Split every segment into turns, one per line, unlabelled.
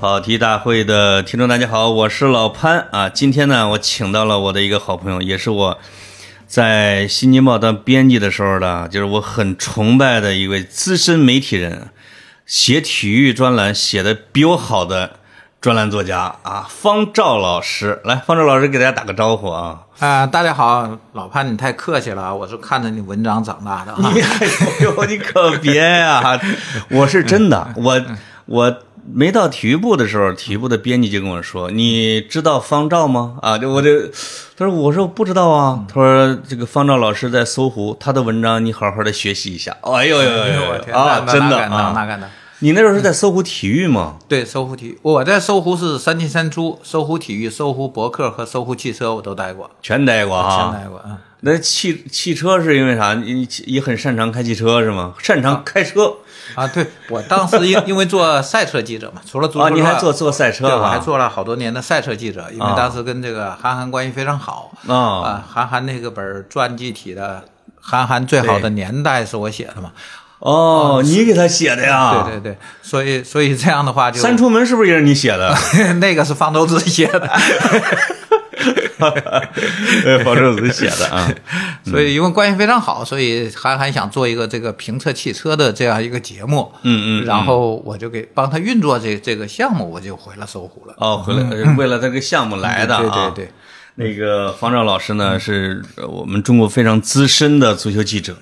跑题大会的听众，大家好，我是老潘啊。今天呢，我请到了我的一个好朋友，也是我在《新京报》当编辑的时候呢，就是我很崇拜的一位资深媒体人，写体育专栏写的比我好的专栏作家啊，方照老师。来，方照老师给大家打个招呼啊。
啊、大家好，老潘，你太客气了啊，我是看着你文章长大的啊。
哎呦，你可别呀、我是真的，
嗯
我我没到体育部的时候，体育部的编辑就跟我说：“你知道方照吗？”啊，这我这，他说我说不知道啊。他说这个方照老师在搜狐，他的文章你好好的学习一下。哎呦呦呦
哎呦
呦
我天
呦啊，
那
真的
那敢当那
啊！
敢当。
你那时候是在搜狐体育吗？
对，搜狐体育，我在搜狐是三进三出，搜狐体育、搜狐博客和搜狐汽车我都待过，
全待过
全
啊。
待过啊。
那汽汽车是因为啥？你你也很擅长开汽车是吗？擅长开车
啊，对我当时因因为做赛车记者嘛， 除了足球
啊？你还
之外
做做赛车
对，我还
啊？
做了好多年的赛车记者，因为
啊
当时跟这个韩寒关系非常好
啊
啊。韩寒那个本儿传记体的《韩寒最好
对
的年代》是我写的嘛，
哦，你给他写的呀？
啊对对对，所以所以这样的话就
三出门是不是也是你写 的？
那个是方舟子写的，
嗯呃，方舟子写的啊。
所以因为关系非常好，所以韩寒想做一个这个评测汽车的这样一个节目，
嗯嗯嗯
然后我就给帮他运作这这个项目，我就回了搜狐了。
哦，回来呃为了这个项目来的啊。
嗯对对对，
那个方照老师呢，是呃我们中国非常资深的足球记者，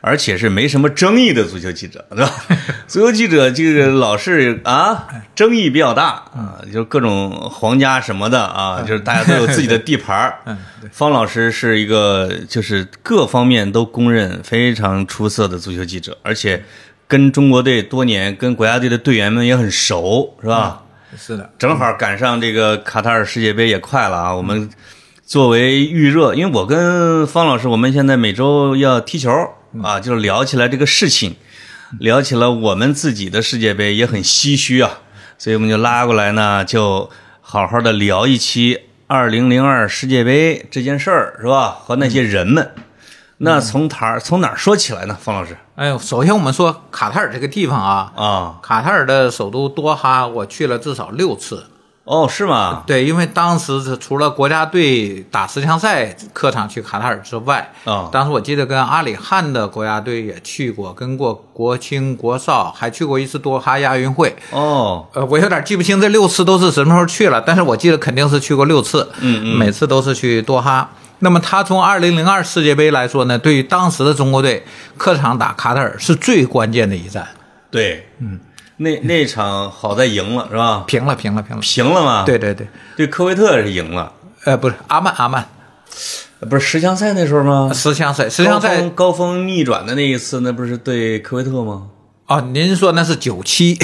而且是没什么争议的足球记者，对吧？ 足球记者这个老是啊，争议比较大
嗯
啊，就各种皇家什么的啊，就是大家都有自己的地盘儿。
嗯
方老师是一个就是各方面都公认非常出色的足球记者，而且跟中国队多年，跟国家队的队员们也很熟，是
嗯
吧？
是的，
正好赶上这个卡塔尔世界杯也快了啊，我们作为预热，因为我跟方老师，我们现在每周要踢球啊，就聊起来这个事情，聊起了我们自己的世界杯也很唏嘘啊，所以我们就拉过来呢，就好好的聊一期二零零二世界杯这件事儿，是吧？和那些人们，那从哪儿从哪儿说起来呢？方老师
哎呦，首先我们说卡塔尔这个地方啊，
啊，
卡塔尔的首都多哈，我去了至少六次。
哦，是吗？
对，因为当时是除了国家队打十强赛客场去卡塔尔之外，
啊
当时我记得跟阿里汉的国家队也去过，跟过国青、国少，还去过一次多哈亚运会。
哦，
呃，我有点记不清这六次都是什么时候去了，但是我记得肯定是去过六次，嗯嗯，每次都是去多哈。那么他从2002世界杯来说呢，对于当时的中国队客场打卡塔尔是最关键的一战，
对，嗯，那那场好在赢了是吧？
平了，平了，平了。
平了嘛？
对，对对，
对，科威特是赢了，
呃，不是阿曼，阿曼
呃不是十强赛那时候吗？
十强赛，呃十强
高
赛
峰高峰逆转的那一次，那不是对科威特吗？
哦，您说那是九七，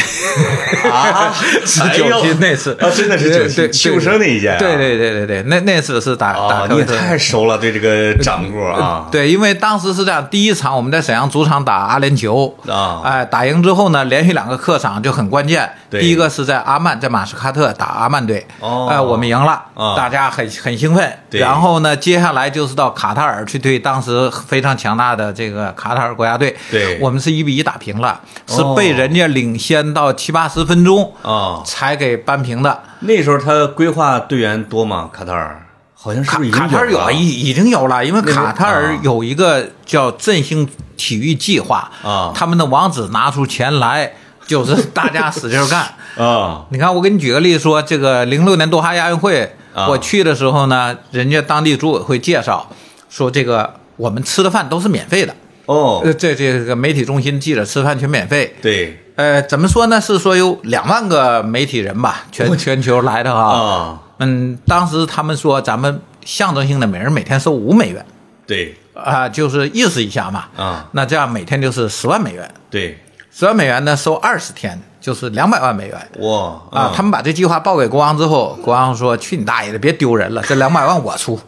啊
是
哎呦
九七那次，
啊真的是
对
97
对
邱生那一届啊
对对对对对，那那次是打
哦
打，
你
科
也
威特，
太熟了，对这个掌故啊，
对，因为当时是这样，第一场我们在沈阳主场打阿联酋
啊
哎，打赢之后呢，连续两个客场就很关键。
对
第一个是在阿曼，在马斯卡特打阿曼队，
哦
哎，我们赢了，
啊
大家很很兴奋。
对
然后呢，接下来就是到卡塔尔去对当时非常强大的这个卡塔尔国家队，
对
我们是一比一打平了，是
哦
被人家领先到七八十分钟
啊，
才给扳平的。
那时候他规划队员多吗？卡塔尔好像是
卡
不是已经
卡塔尔
有
有啊
了
已已经有了，因为
个
卡塔尔
啊
有一个叫振兴体育计划
啊
他们的网址拿出钱来， 就是大家使劲干。
啊？
你看，我给你举个例子说，这个零六年多哈亚运会，
啊
我去的时候呢，人家当地组委会介绍说，这个我们吃的饭都是免费的，
哦
呃，，这这个媒体中心记者吃饭全免费。
对
呃，怎么说呢？是说有两万个媒体人吧，全全球来的啊
哦啊，
嗯，当时他们说咱们象征性的每人每天收五美元
对
啊、就是意思一下嘛。
啊
那这样每天就是十万美元，
对，
十万美元呢收二十天，就是两百万美元。
哇嗯
啊，他们把这计划报给国王之后，国王说：“去你大爷的，别丢人了，这两百万我 出。”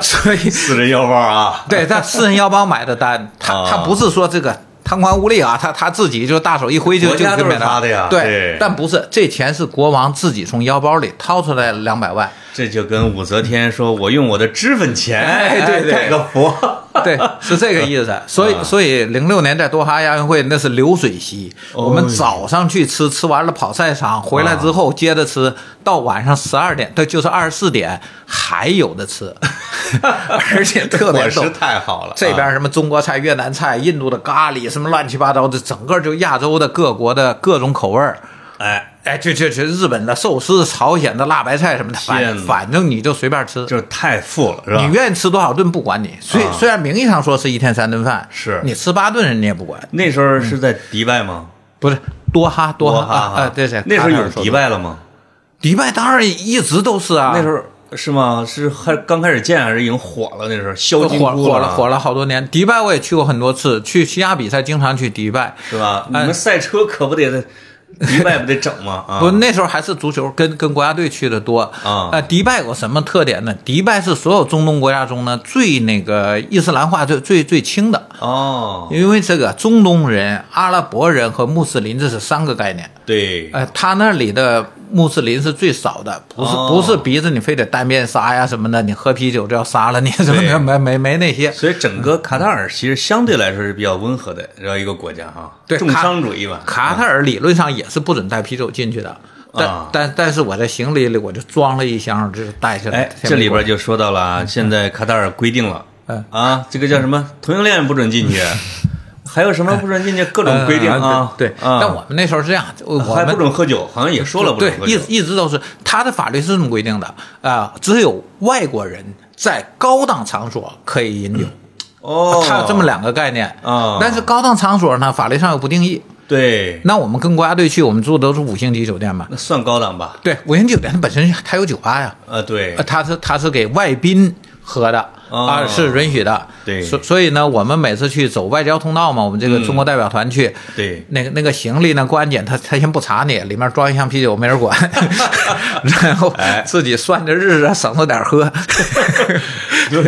所以，
四人腰包啊，
对他私人腰包买的单，他
啊
他不是说这个贪官污吏啊，他他自己就大手一挥就
国
就
家
就
都是
买了
他的呀对
对，但不是这钱是国王自己从腰包里掏出来两百万。
这就跟武则天说：“我用我的脂粉钱，
哎对对
盖个佛。
对，是这个意
啊
思。所以，所以零六年在多哈亚运会那是流水席，
哦
我们早上去吃，吃完了跑赛场，回
啊
来之后接着吃，到晚上十二点，对，就是二十四点还有的吃， 而且特别
伙
逗
食。太好了，
这边
啊
什么中国菜、越南菜、印度的咖喱，什么乱七八糟的，整个就亚洲的各国的各种口味儿。
哎，
哎，就就就日本的寿司、朝鲜的辣白菜什么的，
天
反
哪
反正你就随便吃，
就是太富了，是吧
你？愿意吃多少顿不管你。虽、
啊
虽然名义上说是一天三顿饭，
是
你吃八顿人家也不管，
那时候是在迪拜吗？
不是多哈多
多
哈
哈
啊
哈
啊，对对，
那时候
卡塔
有
尔首都
迪，拜了吗？
迪拜当然一直都是啊，
那时候是吗？是还刚开始建还是已经火了？那时候销金
火
窟
火了火
了，
了好多年。迪拜我也去过很多次，去西亚比赛经常去迪拜，
是吧？
哎
你们赛车可不得在迪拜不得整吗？ 啊，
不，那时候还是足球跟跟国家队去的多
啊
呃，迪拜有什么特点呢？迪拜是所有中东国家中呢最那个伊斯兰化最最最轻的，
哦，
因为这个中东人、阿拉伯人和穆斯林这是三个概念。
对，
呃，他那里的穆斯林是最少的，不是、
哦
不是逼着你非得单面杀呀什么的，你喝啤酒就要杀了你什么
对嗯
的，没没没那些。
所以整个卡塔尔其实相对来说是比较温和的，然后一个国家哈，
对
重
卡
商主义吧，
卡塔尔理论上也是不准带啤酒进去的，但、
啊
但但是我在行李里我就装了一箱，就是带下来。
哎，这里边就说到了啊，现在卡塔尔规定了
嗯，
啊，这个叫什么同性恋不准 进去，还有什么不准进去，各种
呃
规定啊。
对，对
啊
但我们那时候是这样，我我
还不
们
准喝酒，好像也说了不
对
准喝
一
酒
直。一直都是他的法律是这么规定的啊、只有外国人在高档场所可以饮酒。
哦，
它有这么两个概念
啊
但是高档场所呢，法律上又不定义。
对，
那我们跟国家队去，我们住的都是五星级酒店嘛？
那算高档吧？
对，五星级酒店它本身它有酒吧呀，
啊，对
呃，它是它是给外宾喝的
哦
啊，是允许的。
对嗯
所所以呢，我们每次去走外交通道嘛，我们这个中国代表团去，
对
那个那个行李呢，过安检他他先不查你，里面装一箱啤酒没人 管，然后
哎
自己算着日子省着 点喝。
对，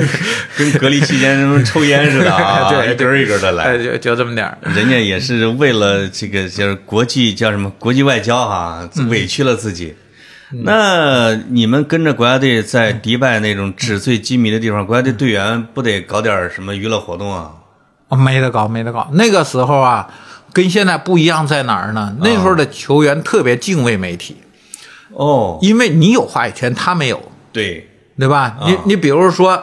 跟隔离期间什么抽烟似的啊，
对
一根儿一根儿的
哎，
来。
就就这么点儿。
人家也是为了这个，就是国际叫什么国际外交哈、
嗯
委屈了自己。那你们跟着国家队在迪拜那种纸醉金迷的地方，国家队队员不得搞点什么娱乐活动啊？
啊，没得搞，没得搞。那个时候啊，跟现在不一样在哪儿呢？那时候的
啊
球员特别敬畏媒体，
哦，
因为你有话语权，他没有，
对，
对吧？你
啊
你比如说，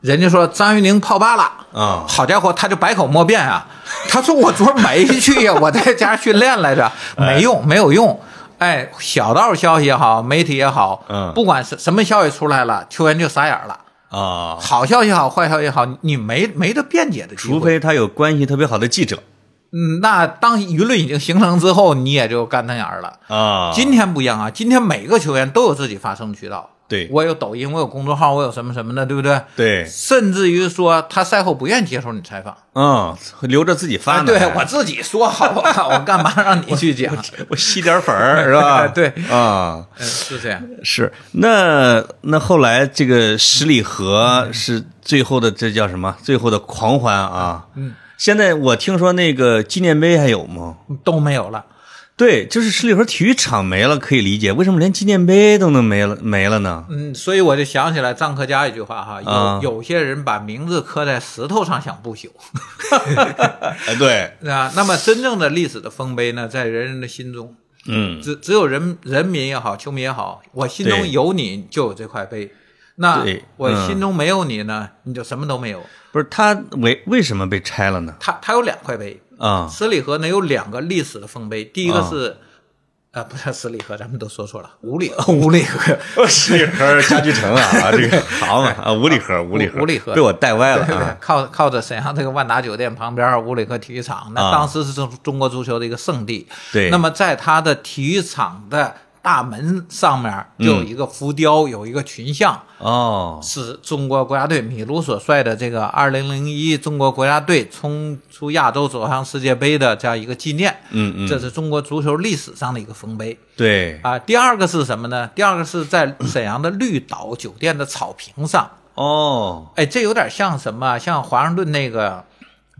人家说张玉宁泡吧了。
啊、
好家伙，他就百口莫辩啊！他说我昨儿没去呀，我在家训练来 着，没用，没有用。哎，小道消息也好，媒体也好，
嗯
不管是什么消息出来了，球员就傻眼了。
啊，
好消息也好，坏消息也好，你没没得辩解的机会。
除非他有关系特别好的记者
嗯，那当舆论已经形成之后，你也就干那样儿了。
啊，
今天不一样啊，今天每个球员都有自己发声渠道。
对
我有抖音，我有公众号，我有什么什么的，对不对？
对，
甚至于说他赛后不愿意接受你采访，
嗯，留着自己发
啊，
呢。
对
还
我自己说好不 好？我干嘛让你去讲？
我吸点粉儿是吧？
对
啊，
嗯，是这样。
是那那后来这个十里河是最后的，这叫什么？最后的狂欢啊！嗯，现在我听说那个纪念碑还有吗？
都没有了。
对，就是十里河体育场没了，可以理解。为什么连纪念碑都能没了没了 呢？
嗯，所以我就想起来臧克家一句话哈，有、
啊
有些人把名字刻在石头上想不朽。
哎，对，
啊，那么真正的历史的丰碑呢，在人人的心中。
嗯，
只只有人人民也好，球迷也好，我心中
对
有你就有这块碑，那
对
我
嗯
心中没有你呢，你就什么都没有。
不是他为为什么被拆了呢？
它它有两块碑，
啊，
十里河呢有两个历史的丰碑，第一个
啊
是。啊，不是十里河，咱们都说错了，五 里五里河，
哦十里河家具城啊，啊这个 好嘛啊，五里河，五里河，
五五里河
被我带歪了
对
啊
对， 靠靠着沈阳这个万达酒店旁边五里河体育场，那
啊
当时是中中国足球的一个圣地。
对
那么在它的体育场的大门上面
嗯
就有一个浮雕，有一个群像，
哦，
是中国国家队米卢所率的这个2001中国国家队冲出亚洲走向世界杯的这样一个纪念。
嗯嗯
这是中国足球历史上的一个丰碑
对，
啊。第二个是什么呢？第二个是在沈阳的绿岛酒店的草坪上，
哦，
哎，这有点像什么啊？像华盛顿那个。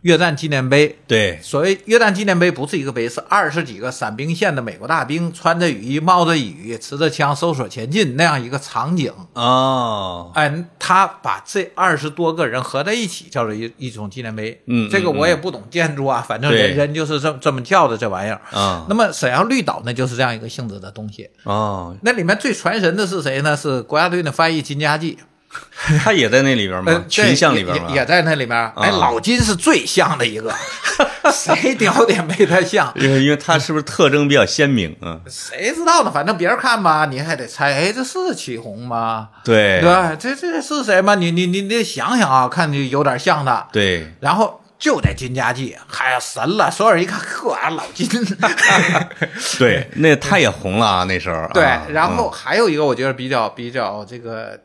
越战纪念碑。
对，
所谓约旦纪念碑不是一个碑，是二十几个伞兵线的美国大兵穿着雨衣、冒着雨、持着枪搜索前进那样一个场景。
哦，
哎，他把这二十多个人合在一起叫做一一种纪念碑。
嗯
这个
嗯
我也不懂建筑啊，反正
对
人人就是这么这么叫的这玩意儿。
啊
那么沈阳绿岛呢，就是这样一个性质的东西。
哦，
那里面最传神的是谁呢？是国家队的翻译金家骥。
他也在那里边
呃
吗？，群像里边
也
吗啊
也？也在那里边。哎，老金是最像的一个， 谁屌点没他像。
因为因为他是不是特征比较鲜明？嗯，
谁知道呢？反正别人看吧，你还得猜，哎，这是祁红吗？
对
对啊吧？这这是谁吗？你你你你得想想啊，看就有点像他。
对，
然后就在金家记，哎呀神了！所有人一看，呵，老金。
对，那他也红 了啊，那时候啊。
对，
嗯
然后还有一个我觉得比较比较这个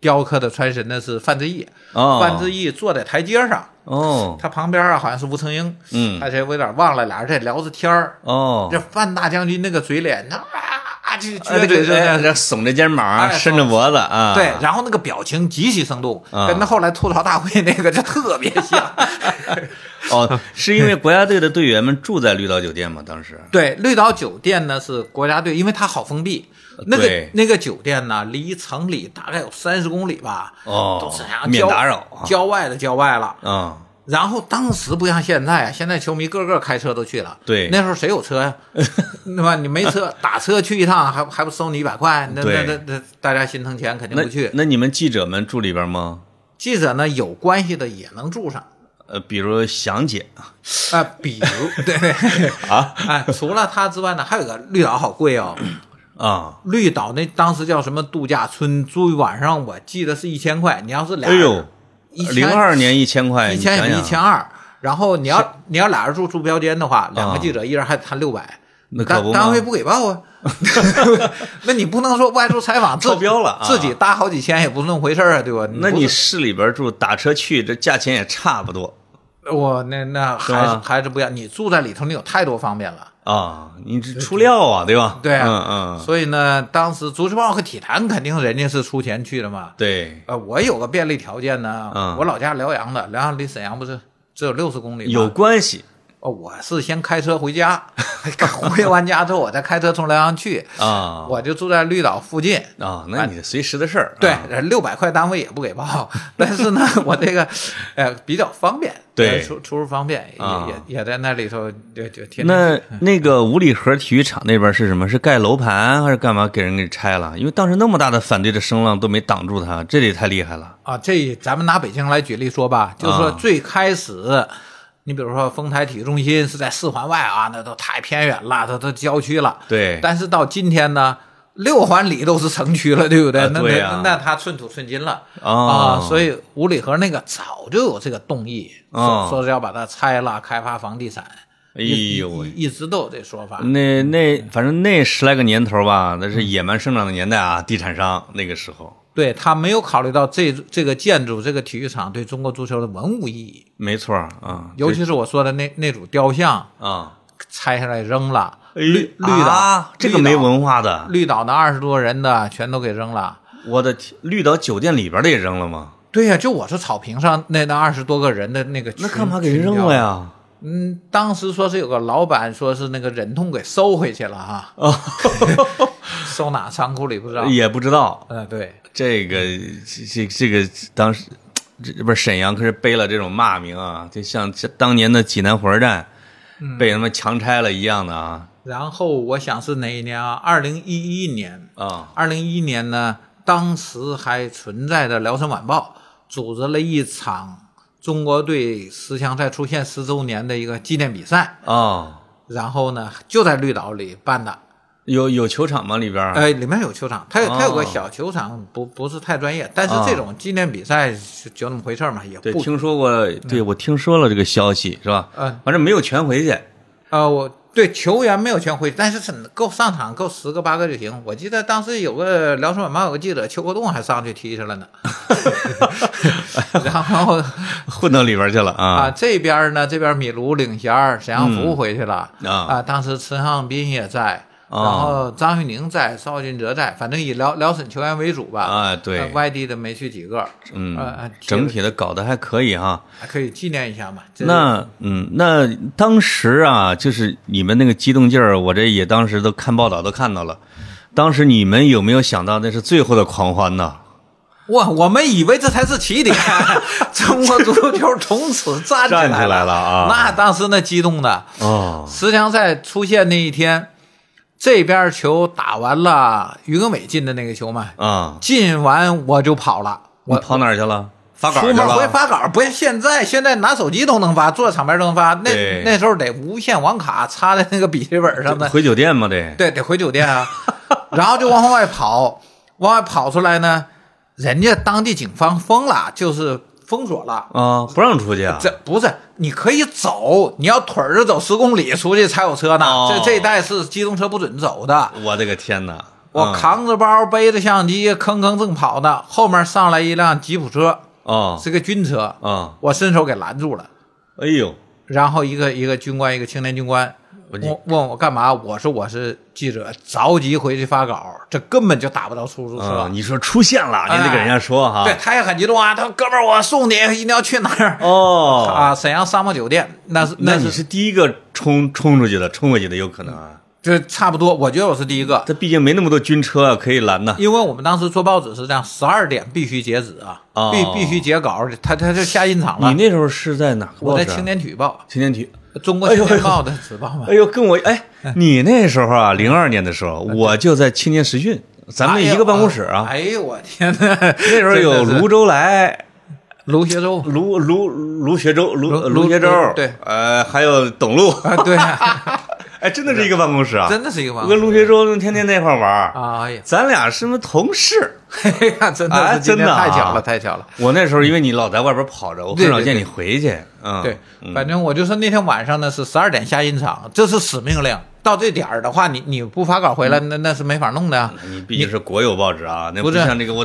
雕刻的传神的是范志毅，
哦
范志毅坐在台阶上，
哦
他旁边啊好像是吴成英，
嗯
还是我有点忘了，俩人在聊着天儿。
哦
这，范大将军那个嘴脸，啊啊，就
哎
撅
对
嘴就
对，
那
哎这耸着肩膀，
哎
伸着脖子啊。
对，然后那个表情极其生动，
啊
跟他后来吐槽大会那个就特别像。
哦，是因为国家队的队员们住在绿岛酒店吗？当时
对，绿岛酒店呢是国家队，因为它好封闭。那个
呃对
那个酒店呢，离城里大概有三十公里吧，
哦
都是啥
免
郊
打扰啊
郊外的郊外了。
啊，
然后当时不像现在啊，现在球迷个个开车都去了。
对
那时候谁 有车呀、对吧？你没车，打车去一趟还还不收你一百块？那那
对
那那大家心疼钱，肯定
那
不去。
那你们记者们住里边吗？
记者呢，有关系的也能住上。
呃，比如祥姐
啊，比 如对啊，哎，除了它之外呢，还有一个绿岛好贵哦，
啊，
绿岛那当时叫什么度假村，住一晚上我记得是一千块，你要是俩
哎
人，
呦，
一千
零二年一千块，
一
你想
千也
想
一千二，然后你要你要俩人住住标间的话，两个记者一人还谈六百，
啊那可
单
不嘛
单位不给报 啊， 那你不能说外出采访自
超标了啊
自己搭好几千也不是那么回事儿啊，对吧？
那
不
你
是
市里边住，打车去，这价钱也差不多
我那那
是
还
吧
是还是不一样，你住在里头你有太多方便了。
啊。你这出料啊，对吧？
对啊，
嗯嗯，
所以呢，当时足球报和体坛肯定人家是出钱去的嘛。
对，
呃，我有个便利条件呢，
嗯
我老家辽阳的，辽阳离沈阳不是只有六十公里吗？
有关系
哦，我是先开车回家， 回完家之后我再开车从辽阳去，
啊
我就住在绿岛附近。
啊，那你随时的事儿啊。
对，六百块单位也不给报， 但 是呢，我这个，呃，比较方便，
对
呃出出入方便，也、
啊
也也在那里头就就天天嗯
那那个五里河体育场那边是什么？是盖楼盘还是干嘛给人给拆了？因为当时那么大的反对的声浪都没挡住他，这里太厉害了。
啊，这咱们拿北京来举例说吧，就是说
啊
最开始，你比如说丰台体育中心是在四环外啊，那都太偏远了，都都郊区了。
对
但是到今天呢，六环里都是城区了，对不对？
啊
那
对
那
啊
那它寸土寸金了、
哦
啊！所以五里河那个早就有这个动议，
哦
说说是要把它拆了，开发房地产。
哎
一
呦
一
喂！嗯
一直都有这说法。
那那反正那十来个年头吧，那是野蛮生长的年代啊，地产商那个时候，
对他没有考虑到这这个建筑、这个体育场对中国足球的文物意义，
没错儿啊，
尤其是我说的那那组雕像。
啊，
拆下来扔了，
绿
绿岛
哎啊，这个
哎绿岛
没文化的，
绿岛那二十多人的全都给扔了。
我的天，绿岛酒店里边的也扔了吗？
对呀、就我是草坪上那那二十多个人的那个群，
那干嘛给人扔了
群交？
呀？
嗯，当时说是有个老板说是那个忍痛给收回去了哈，
啊，
收哪仓库里不知道。
也不知道，
嗯、对，
这个这这个当时这这不是沈阳，可是背了这种骂名啊，就像这当年的济南火车站被他们强拆了一样的啊
然后我想是哪一年啊？二零一一年，
啊
二零一一年呢，当时还存在的《辽沈晚报》组织了一场中国队十强赛出现十周年的一个纪念比赛。
啊！
然后呢，就在绿岛里办的，
有有球场吗？里边儿
呃，里面有球场，它有它有个
啊哦
小球场，不不是太专业，但是
啊
这种纪念比赛就就那么回事儿嘛，也
对，
不
听说过，对我听说了这个消息是吧？
嗯
反正没有全回去
呃，我对球员没有全回，但是是够上场够十个八个就行。我记得当时有个辽沈晚报有个记者邱国栋还上去踢去 了呢，然后
啊混到里边去了
啊，
啊
这边呢，这边米卢领衔儿沈阳福回去了、
嗯啊
啊，当时陈尚斌也在。
哦
然后张玉宁在，邵俊哲在，反正以辽辽沈球员为主吧。
啊对
呃外地的没去几个。
嗯
呃，
整体的搞得还可以哈。
还可以纪念一下嘛。这
那嗯，那当时啊，就是你们那个激动劲儿，我这也当时都看报道都看到了。当时你们有没有想到那是最后的狂欢呢？
我我们以为这才是起点， 中国足球从此站起来
站起来了啊
那当时那激动的，
哦，
十强赛出现那一天，这边球打完了，于根伟进的那个球嘛，
啊，
进完我就跑了，
你
我
跑哪儿去了？发稿
出
去
门回
了？
发稿，不是现在，现在拿手机都能发，坐场边都能发。
对
那那时候得无线网卡插在那个笔记本上的，
回酒店吗？得
对，得回酒店啊， 然后就往外跑，往外跑出来呢，人家当地警方封了，就是封锁了。
啊，不让出去啊？
这不是你可以走，你要腿儿着走十公里出去才有车呢。
哦嗯
这这一带是机动车不准走的。
我的个天哪！
我
嗯
扛着包，背着相机，吭吭正跑呢，后面上来一辆吉普车，
哦
是个军车，
哦，
我伸手给拦住了。
哎呦，
然后一个一个军官，一个青年军官
我
问
你
问我干嘛？我说我是记者，着急回去发稿，这根本就打不到出租车。
嗯，你说出现了，你得给人家说哈。
对，他也很激动啊，他说哥们儿，我送你，一定要去哪儿？
哦，
啊，沈阳沙漠酒店，那是
那你
是
是第一个冲冲出去的，冲过去的有可能啊。
这差不多，我觉得我是第一个，
这毕竟没那么多军车啊，可以拦呐。
因为我们当时做报纸是这样，十二点必须截止啊，
哦
必必须截稿，他他就下印场
你
了。
那时候是在哪个报
我
纸啊？
在青年体育报，
啊青年体。
中国青年报的子报嘛
哎，呦，跟我哎，你那时候啊，零二年的时候，
哎
我就在青年实训，咱们
哎呦
一个办公室啊。
哎呦我天哪，那
那时候有泸州来、
卢学周
卢卢卢学周、卢
卢
卢学周
卢，对
呃，还有董 路，
啊，对啊，
哎，真的是一个办公室啊，
真的是一个网
我跟卢学周天天那块玩儿
啊， 哎呀，
咱俩是不是同事？
嘿嘿呀，真的
哎
是今
真
天
的啊
太巧了，太巧了。
我那时候因为你老在外边跑着，我很
对
少
对
见
对
你回去。嗯，
对，
嗯
反正我就说那天晚上呢是十二点下印场，这是使命令。到这点儿的话，你你不发稿回来，那那是没法弄的啊。
你毕竟是国有报纸啊，那
不
不
是
像这个我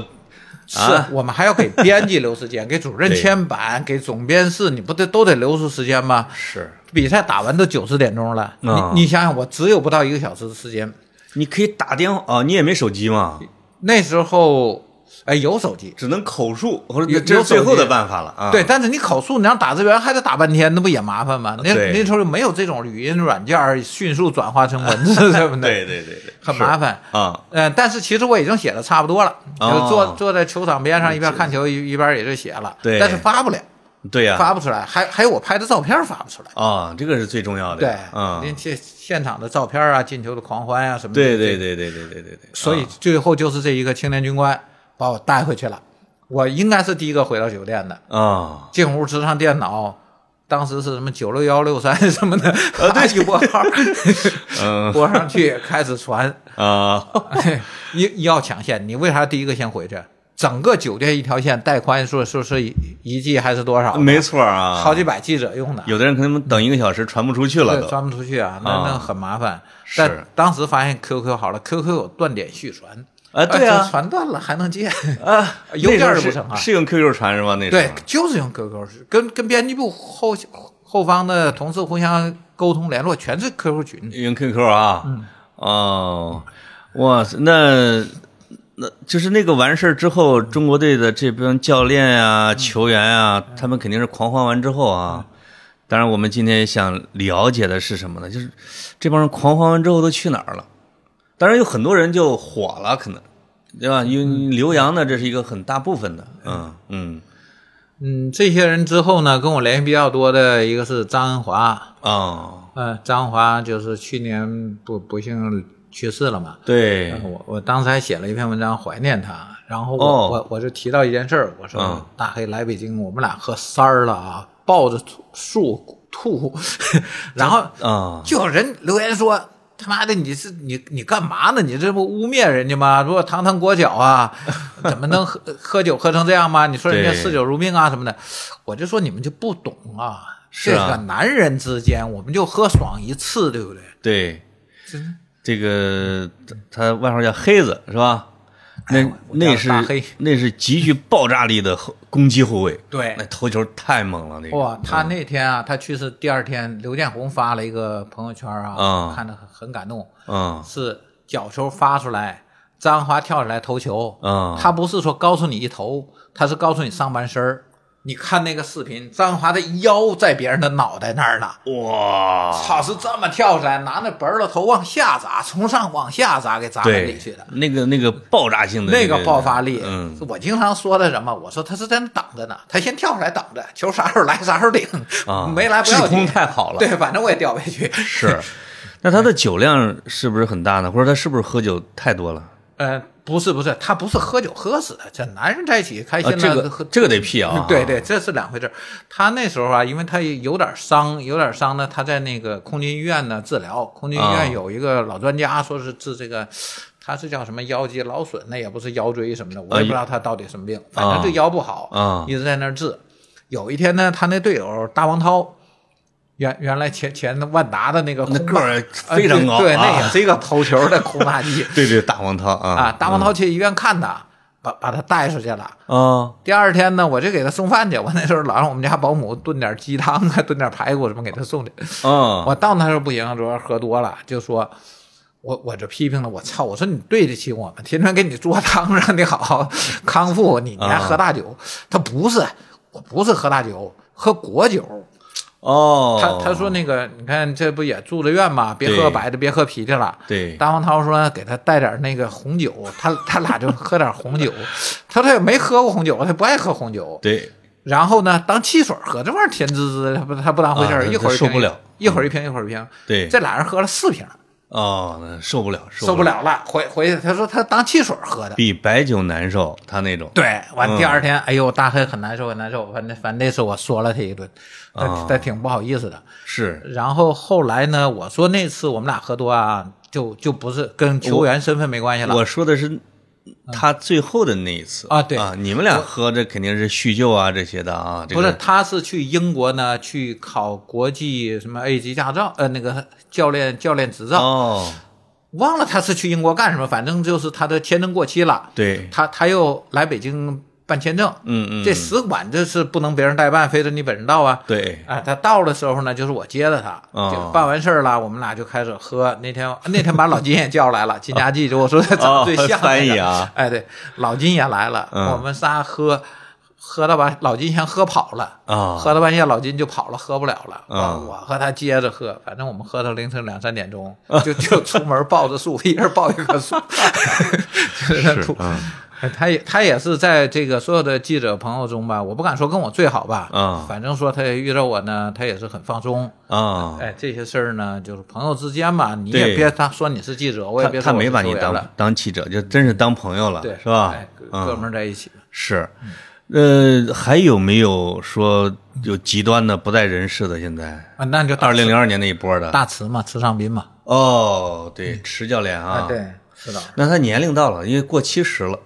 是
啊
我们还要给编辑留时 间，给主任签版，给总编室，你不得都得留出时间吗？
是，
比赛打完都九十点钟了，
啊
你你想想，我只有不到一个小时的时间。
你可以打电话啊，你也没手机嘛，
那时候，哎，有手机，
只能口述，或者
有
这是
有手
最
机
后的办法了啊。
对，，但是你口述，你让打字员还得打半天，那不也麻烦吗？那
对
那时候就没有这种语音软件儿迅速转化成 文字，对不
对对对对，
很麻烦。
是啊。
呃，但是其实我已经写的差不多了，
哦
就坐坐在球场边上，一边看球一一边也就写了，
对啊
但是发不了，
对呀，
发不出来，还还有我拍的照片发不出来。
啊，这个是最重要的。
对，
嗯
您，这现场的照片啊，进球的狂欢啊什么的，
对
这
对对对对对对对。
所以
啊
最后就是这一个青年军官把我带回去了，我应该是第一个回到酒店的。
啊，
进屋支上电脑，当时是什么九六幺六三 什么的，啊
对
一拨 号，
嗯
拨上去开始传，
啊，
一一要抢线，你为啥第一个先回去？整个酒店一条线带宽说说是一一 G 还是多少？
没，错啊，
好几百记者用的，
有的人可能等一个小时传不出去了
对，
都。
传不出去啊，那
啊
那很麻烦。
是
但当时发现 QQ 好了，QQ 有断点续传。
啊对啊
哎这传断了还能接，
啊，
邮件
那
儿
时
不
候
成啊
是是用 QQ 传是吧？那时候
对，就是用 QQ，跟跟编辑部后后方的同事互相沟通联络，全是 QQ 群。
用 QQ 啊，哦，哇塞，那那就是那个完事儿之后，中国队的这帮教练啊、球员啊，他们肯定是狂欢完之后啊。当然，我们今天想了解的是什么呢？就是这帮人狂欢完之后都去哪儿了？当然，有很多人就火了，可能对吧？因为留洋的这是一个很大部分的，嗯嗯
嗯，这些人之后呢，跟我联系比较多的一个是张恩华，
哦，
呃，张恩华就是去年不不幸去世了嘛。
对
呃我我当时还写了一篇文章怀念他，然后我、
哦
我我就提到一件事儿，我说、
嗯
大黑来北京，我们俩喝三儿了啊，抱着吐树吐， 然后
啊，
就有人留言说：“他妈的，你是你你干嘛呢？你这不污蔑人家吗？如果堂堂国脚啊，怎么能喝 喝酒喝成这样吗？你说人家
对
嗜酒如命啊什么的，我就说你们就不懂啊。
是
这
啊
个男人之间，我们就喝爽一次，对不对？
对，
真的
这个他他外号叫黑子是吧？那
哎我家
那
大黑
是那是极具爆炸力的后攻击后卫，
对
那头球太猛了，那个
哇，他那天啊，他去世第二天，刘建宏发了一个朋友圈啊，
啊
看得很很感动，
啊
是角球发出来，张华跳起来投球，
啊
他不是说告诉你一投，他是告诉你上半身儿。你看那个视频，张华的腰在别人的脑袋那儿呢，
哇，
操，是这么跳起来，拿那本儿的头往下砸，从上往下砸，给砸门里
对
去的。，
那个那个爆炸性的
那个
个
爆发力，
嗯，
我经常说的什么？我说他是在那挡着呢，他先跳出来挡着，球啥时候来啥时候领，
啊
没来不要
制空
紧
太好了
对，反正我也掉不下去。
是。那他的酒量是不是很大呢？或者他是不是喝酒太多了？
呃，不是不是，他不是喝酒喝死的，这男哎人在一起开心
啊，
了，
这
喝
个这个得辟谣啊。
对对，这是两回事儿。他那时候啊，因为他有点伤，有点伤呢，他在那个空军医院呢治疗。空军医
啊
院有一个老专家，说是治这个，他是叫什么腰肌劳损，那也不是腰椎什么的，我也不知道他到底什么病，反正这腰不好，
啊
一直在那儿治。有一天呢，他那队友大王涛。原原来前前万达的那个
那
空
个儿
霸
非常高
啊对，对
啊
那也是一个头球的空霸机
对对，大黄汤啊
啊。大王涛去医院看他，把把他带出去了，
啊
第二天呢，我就给他送饭去。我那时候老让我们家保姆炖点鸡汤啊，炖点排骨什么给他送去。
啊
我到那时候不行，主要喝多了，就说，我我就批评了，我操！我说你对得起我吗？天天给你做汤，让你好好康复，你你还
啊
喝大酒？他不是，我不是喝大酒，喝果酒。
哦，
他他说那个，你看这不也住着院吗？别喝
对
白的，别喝啤的了。
对
大黄涛说给他带点那个红酒， 他他俩就喝点红酒。 他说他也没喝过红酒，他不爱喝红酒。
对
然后呢，当汽水喝，这玩意儿甜滋滋的，他不他不当回事儿、
啊
一会儿一瓶
受不了，
一会儿一瓶，一会儿一瓶。
对
这俩人喝了四瓶，
哦，那受不了，
受不了了，回回去他说他当汽水喝的。
比白酒难受，他那种。
对，完
嗯
第二天，哎呦，大黑很难受，很难受。反正反正那次我说了他一顿，他、
啊
他挺不好意思的。
是
然后后来呢，我说那次我们俩喝多啊，就就不是跟球员身份没关系了。
我说的是他最后的那一次
啊对
啊，你们俩喝这肯定是叙旧啊这些的啊，这
不
个
是，他是去英国呢，去考国际什么 A 级驾照，呃，那个教练教练执照。
哦，
忘了他是去英国干什么，反正就是他的签证过期了，
对，
他他又来北京办签证，
嗯嗯，
这使馆这是不能别人代办，非得你本人到啊。
对
啊，他到的时候呢，就是我接的他，
哦
就办完事儿了，我们俩就开始喝。那天那天把老金也 叫来了，金家记就我说他长得最像、那个
哦翻译啊，
哎对，老金也来了，
嗯
我们仨喝，喝到把老金先喝跑了。
啊，
喝到半夜，老金就跑了，喝不了了。
啊
我我和他接着喝，反正我们喝到凌晨两三点钟，就 就出门抱着树，一人抱一 棵树，就在那 吐。
嗯
他也他也是在这个所有的记者朋友中吧，我不敢说跟我最好吧，
啊
反正说他遇到我呢，他也是很放松。
啊，
哎，这些事儿呢，就是朋友之间嘛，你也
对
别他说你是记者，我也
他
别说
他
我
没
是
把你
球员
当
了，
当记者，就真是当朋友了，
对
啊是吧
哎？哥
嗯，
们儿嗯在一起，
是，呃，还有没有说有极端的不在人世的？现在
啊，那就大
二零零二年那一波的，
大嗯慈嘛，慈尚斌嘛，
哦，对，池教练啊，，，
是的。
那他年龄到了，因为过七十了，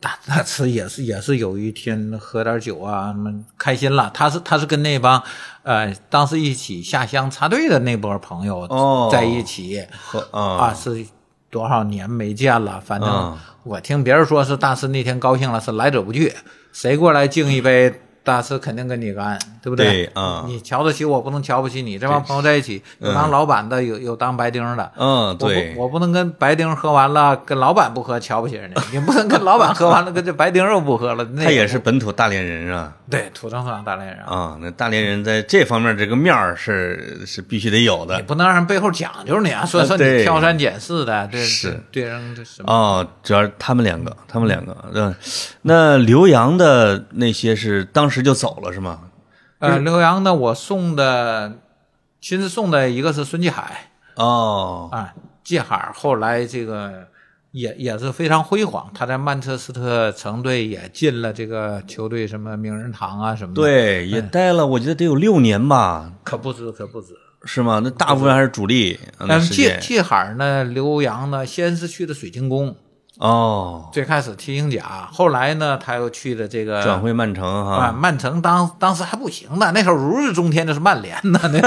大大慈也是也是有一天喝点酒啊，什么开心了。他是他是跟那帮，呃，当时一起下乡插队的那波朋友
哦
在一起、
和
啊，
啊，
是多少年没见了。反正
嗯
我听别人说是大慈那天高兴了，是来者不拒，谁过来敬一杯，大慈肯定跟你干，对不
对嗯
你瞧得起我，不能瞧不起你。这帮朋友在一起，有当老板的，有有当白丁的，
嗯，
我
对
不，，我不能跟白丁喝完了，跟老板不喝，瞧不 起人家；你不能跟老板喝完了，跟这白丁又不喝了。那
他也
不
是本土大连人啊，
对土生土长大连人啊，
啊，那大连人在这方面这个面儿是是必须得有
你
的
不能让人背后讲究你啊，说说你
对
挑三拣四的，这
是
这对人这什么？
哦，主要是他们两个，他们两个，嗯，那刘洋的那些是当时就走了是吗？
呃，刘洋呢，我送的亲自送的一个是孙继海
哦，
啊，继海后来这个。也也是非常辉煌，他在曼彻斯特城队也进了这个球队什么名人堂啊什么的，，
对，也待了，我觉得得有六年吧，
可不止可不止。
是吗？那大部分还是主力，嗯
嗯，
时
季
间
季海呢，刘洋呢，先是去的水晶宫，
哦，
最开始踢英甲，后来呢，他又去了这个
转会曼城
啊，
哈，
曼城当当时还不行呢，那时候如日中天，那是曼联呢，那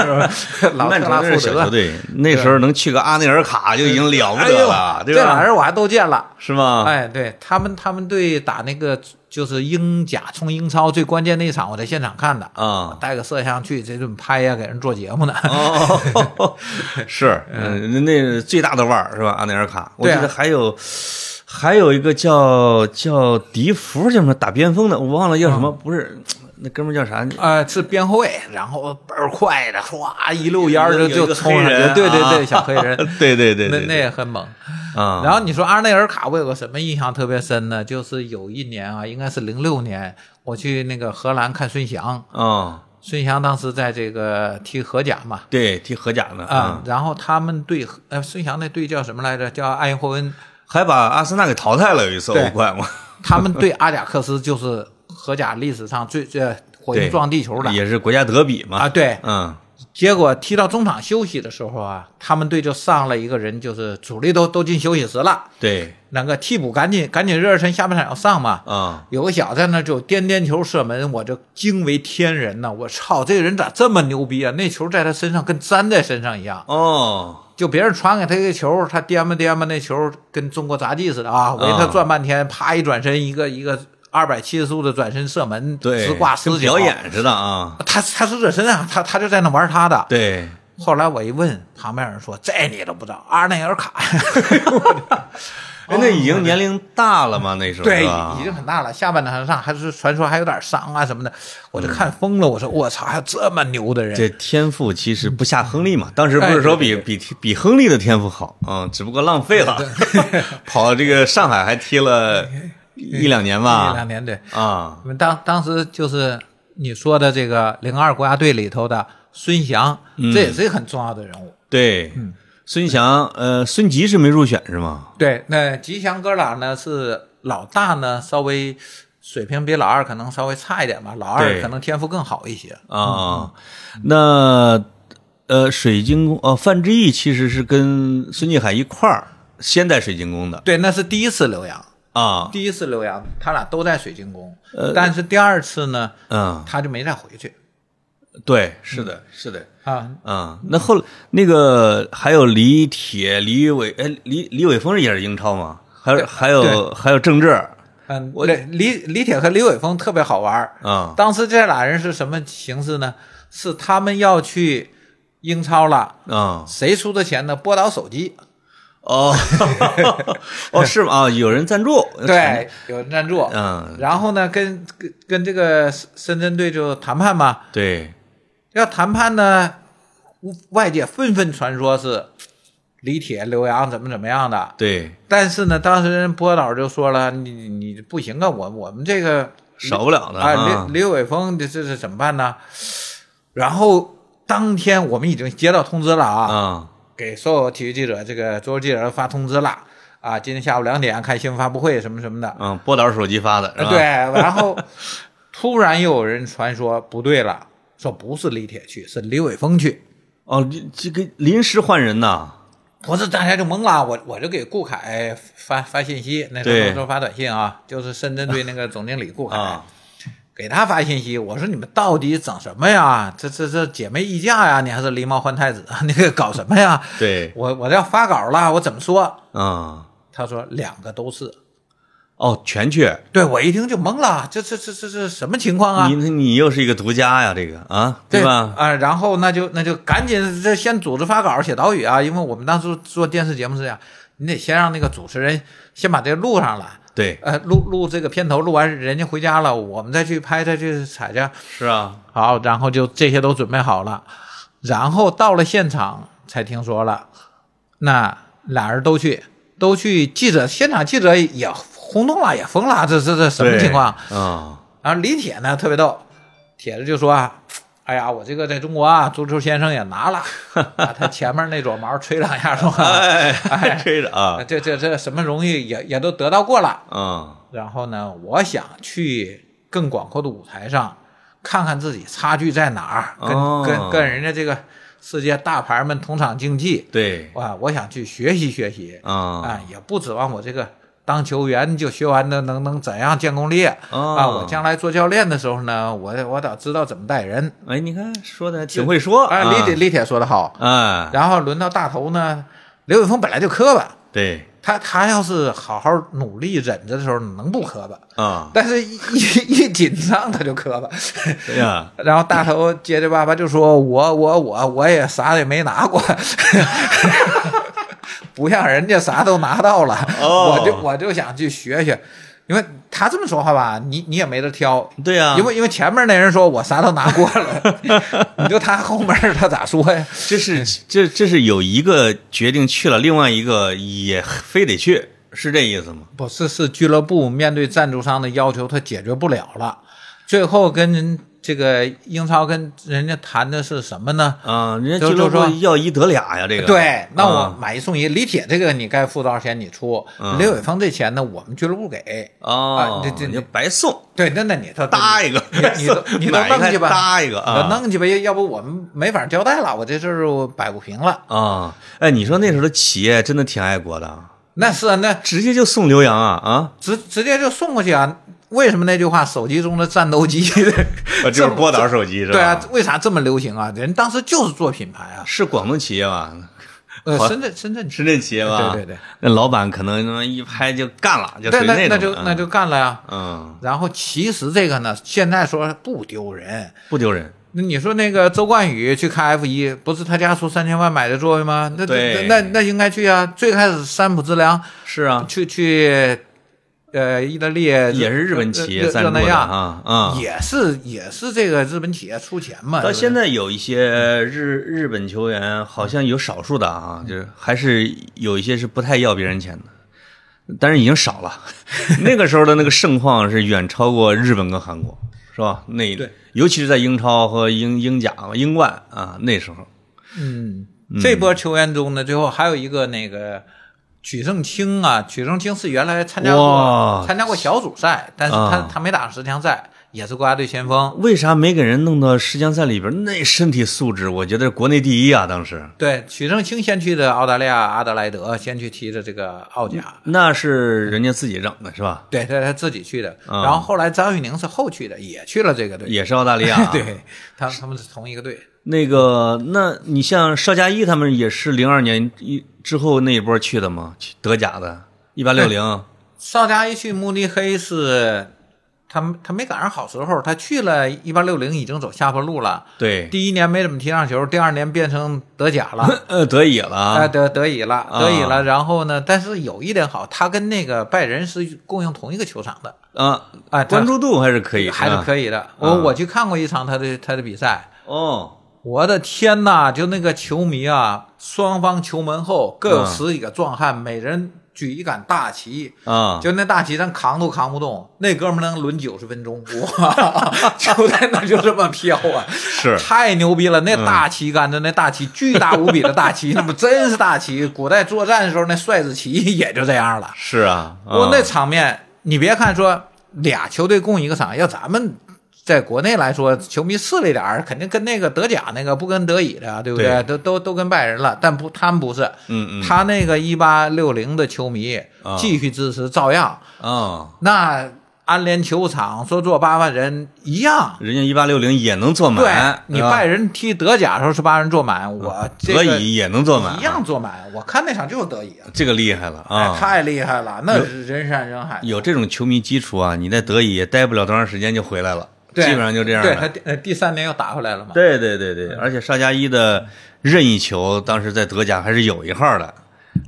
时候老
曼
特
城
拉
那
福
是小球
德，
队，那时候能去个阿内尔卡就已经了不
哎
得
呦
了，，对
这俩
吧？啊
人我还都见了。
是吗？
哎，对他们，他们队打那个就是英甲冲英超最关键那一场，我在现场看的，
啊，
带个摄像去这顿拍呀，给人做节目呢。
哦， 是，嗯，那那最大的腕儿是吧？阿内尔卡，我记
对啊
得还有还有一个叫叫迪福，叫什么打边锋的，我忘了叫
啊
什么，不是那哥们儿叫啥？
呃，是边后卫，然后倍儿快的，唰一溜烟儿
有
就
一个
就冲
黑
上去
人，
对对对，
啊
小黑 人，
对对对，
那
对
那也很猛。
啊，
然后你说阿内尔卡，我有个什么印象特别深呢？就是有一年啊，应该是零六年，我去那个荷兰看孙翔，
啊，
孙翔当时在这个踢荷甲嘛，
对，踢荷甲呢嗯
啊、，然后他们队呃孙翔那队叫什么来着？叫埃因霍温，
还把阿森纳给淘汰了，有一次
对
欧冠嘛，
他们对阿贾克斯就是荷甲历史上最最火
对
星撞地球的
也是国家德比嘛
啊，，对。
嗯，
结果踢到中场休息的时候啊，他们队就上了一个人，就是主力都都进休息室了，
对，
那个替补赶紧赶紧热热身，下半场要上嘛。
啊，
有个小子在那就颠颠球射门，我就惊为天人呐！我操，这个人咋这么牛逼啊？那球在他身上跟粘在身上一样，
哦，
就别人传给他一个球，他颠吧颠吧，那球跟中国杂技似的啊，围他转半天，啪一转身，一个一个二百七十度的转身射门，
对，
直挂死
跟
角
表。演似的啊，
他他是热身啊，他他就在那玩他的。
对，
后来我一问，旁边有人说：“这你都不知道，阿内尔 卡。我
哎，那已经年龄大了嘛，那时”候
对
是吧，
已经很大了，下半场上还是传说还有点伤啊什么的，我就看疯了。我说：“我操，还有这么牛的人
嗯这天赋其实不下亨利嘛，当时不是说比、
哎
比比亨利的天赋好啊、嗯只不过浪费了， 跑这个上海还踢了一两年！”
哎一两
吧，
年对，
啊，
我们当当时就是你说的这个零二国家队里头的孙翔，
嗯
这也是一个很重要的人物。
对，
嗯
孙翔，呃，孙吉是没入选是吗？
对，那吉祥哥俩呢是老大呢，稍微水平比老二可能稍微差一点吧，老
对
二可能天赋更好一些。
啊，那呃，水晶宫哦，范志毅其实是跟孙继海一块儿先在水晶宫的
对，那是第一次留洋，
啊，
第一次留洋，他俩都在水晶宫，但是第二次呢，
嗯，
他就没再回去
对，是的，是的。
啊。
啊、那后那个还有李铁、李伟，哎，李李伟峰也是英超嘛？还有还有还有郑智
嗯，我李李铁和李伟峰特别好玩儿
啊
当时这俩人是什么形式呢？是他们要去英超了，
啊、
谁出的钱呢？拨打手机，
哦哦是吗？啊，有人赞助，
对，有人赞助，
嗯
然后呢，跟跟跟这个深深圳队就谈判嘛，
对，
要谈判呢，外界纷纷传说是李铁、刘洋怎么怎么样的，
对，
但是呢，当时人波导就说了，你你不行啊，我我们这个
少不了的
啊，
啊
李李伟峰这这是怎么办呢？然后当天我们已经接到通知了啊，
啊
给所有体育记者这个桌游记者发通知了啊，今天下午两点开新闻发布会什么什么的，
嗯，拨导手机发的是吧？
对，然后突然又有人传说不对了，说不是李铁去，是李伟峰去。
哦，这这个临时换人呐，
不是，大家就懵了，我我就给顾凯发发信息，那
对
时候都发短信啊，就是深圳队那个总经理顾凯，
啊
给他发信息，我说你们到底整什么呀？这这这姐妹议价呀？你还是狸猫换太子， 那个搞什么呀？
对
我我要发稿了，我怎么说？
啊
他说两个都是，
哦，全去，
对我一听就懵了，这这这这这什么情况啊？
你你又是一个独家呀，这个啊，
对
吧？
啊、然后那就那就赶紧这先组织发稿写导语啊，因为我们当初做电视节目是这样，你得先让那个主持人先把这录上来，
对，
呃，录录这个片头，录完人家回家了，我们再去拍，再去采去。
是啊，
好，然后就这些都准备好了，然后到了现场才听说了，那俩人都去，都去记者现场，记者也轰动了，也疯了，这这这什么
对
情况？
啊？
然后李铁呢特别逗，铁子就说啊，哎呀，我这个在中国啊，足球先生也 拿了，把他前面那撮毛吹两下说，
哎， 吹着啊
这这这什么荣誉也也都得到过了。
啊
然后呢，我想去更广阔的舞台上，看看自己差距在哪儿，跟、
哦
跟跟人家这个世界大牌们同场竞技。
对
哇，我想去学习学习
啊
哎啊，也不指望我这个当球员就学完的能能怎样建功立业、
哦
啊！我将来做教练的时候呢，我我得知道怎么带人。
哎，你看说的还挺啊会说
哎，李铁李铁说的好。
啊，
然后轮到大头呢，刘伟峰本来就磕巴，
对
他他要是好好努力忍着的时候，能不磕巴？
啊，
但是一一一紧张他就磕巴。
对呀，
然后大头结结巴巴就说：“我我我我也啥也没拿过， 不像人家啥都拿到了，
哦
我就我就想去学学，因为他这么说话吧，你你也没得挑。”
对呀，
因为因为前面那人说我啥都拿过了，你就他后面他咋说呀？
这是这这是有一个决定去了，另外一个也非得去，是这意思吗？
不是，是俱乐部面对赞助商的要求，他解决不了了。最后跟人这个英超跟人家谈的是什么呢？
啊，人家
就
俱乐
就说
部要一得俩呀，这个
对，那我
啊
买一送一，李铁这个你该付多少钱你出，
嗯
刘伟峰这钱呢我们俱乐部给。
哦
啊，这这
你就白 送
对，那那你他
搭一个，
你你都你都
买一
弄
个
去吧，
搭一个
我
啊，
弄去吧，要要不我们没法交代了，我这事儿我摆不平了。
啊，哎，你说那时候的企业真的挺爱国的，
那是啊，那
直接就送刘洋啊啊，
直直接就送过去啊。为什么那句话“手机中的战斗机”
啊就是拨打手机是吧？
对啊，，为啥这么流行啊？人当时就是做品牌啊，
是广东企业吧？
呃，
好
深圳深圳
深圳企业吧？
对对对，
那老板可能他妈一拍就干了，就属
那
于种
那
啊
那就
的
那就干了呀。
嗯，
然后其实这个呢，现在说不丢人。
不丢人，
那你说那个周冠宇去看 F 一，不是他家出三千万买的座位吗？那
对
那那那应该去啊。最开始山浦之良
是啊，
去去，呃，意大利也
也是日本企业赞
热
助
那
的
亚，
啊啊。
也是也是这个日本企业出钱嘛。
到
对不对
现在有一些日日本球员，好像有少数的
嗯
啊，就是还是有一些是不太要别人钱的，但是已经少 了。那个时候的那个盛况是远超过日本跟韩国，是吧？那
对，
尤其是在英超和英英甲、英冠啊，那时候
嗯，这波球员中呢，最后还有一个那个曲正清啊，曲正清是原来参加过
哇
参加过小组赛，但是他、
啊
他没打上十强赛，也是国家队前锋。
为啥没给人弄到十强赛里边？那身体素质，我觉得是国内第一啊！当时
对，曲正清先去的澳大利亚阿德莱德，先去踢的这个澳甲。
那是人家自己整的，是吧？
对，他他自己去的，
啊
然后后来张玉宁是后去的，也去了这个队，，
也是澳大利亚、啊
对他他们是同一个队，
那个，那你像邵佳一他们也是零二年一之后那一波去的吗？去德甲的，一八六
嗯
零
邵佳一去慕尼黑是，他他没赶上好时候，他去了一八六零已经走下坡路了，
对，
第一年没怎么踢上球，第二年变成德甲了，
呃，德乙了
哎、
啊，
德德乙了，
啊
德乙了。然后呢，但是有一点好，他跟那个拜仁是共用同一个球场的，
啊，
哎、
关注度还是可以，啊
他还是
以
可以的。我、我去看过一场他的他的比赛，
哦，
我的天呐，就那个球迷啊，双方球门后各有
嗯
十几个壮汉，每人举一杆大旗。
啊，
就那大旗，咱扛都扛不动，那哥们儿能抡九十分钟，哇， 就在那就这么飘啊！
是嗯
太牛逼了！那大旗杆子，那大旗巨大无比的大旗，那不真是大旗。古代作战的时候，那帅子旗也就这样了。
是啊，啊
我、那场面，你别看说俩球队共一个场，要咱们在国内来说，球迷势力点儿，肯定跟那个德甲那个不跟德乙的啊，对不
对
都都都跟拜仁了，但不，他们不是，
嗯嗯
他那个一八六零的球迷
啊
继续支持，照样
啊，
那安联球场说坐八万人一样。
人家一八六零也能坐
对
满，啊
你
是吧
拜仁踢德甲的时候是八人坐满，我这
啊德
个
乙也能坐满，
一样坐满。我看那场就是德乙，啊
这个厉害了
哎，
啊。
太厉害了，那是人山人海。
有这种球迷基础啊，你在德乙也待不了多长时间就回来了，基
对
本上就这样
对
了。
他第呃第三年又打回来了嗯嘛？
对对对对，而且邵佳一的任意球当时在德甲还是有一号的，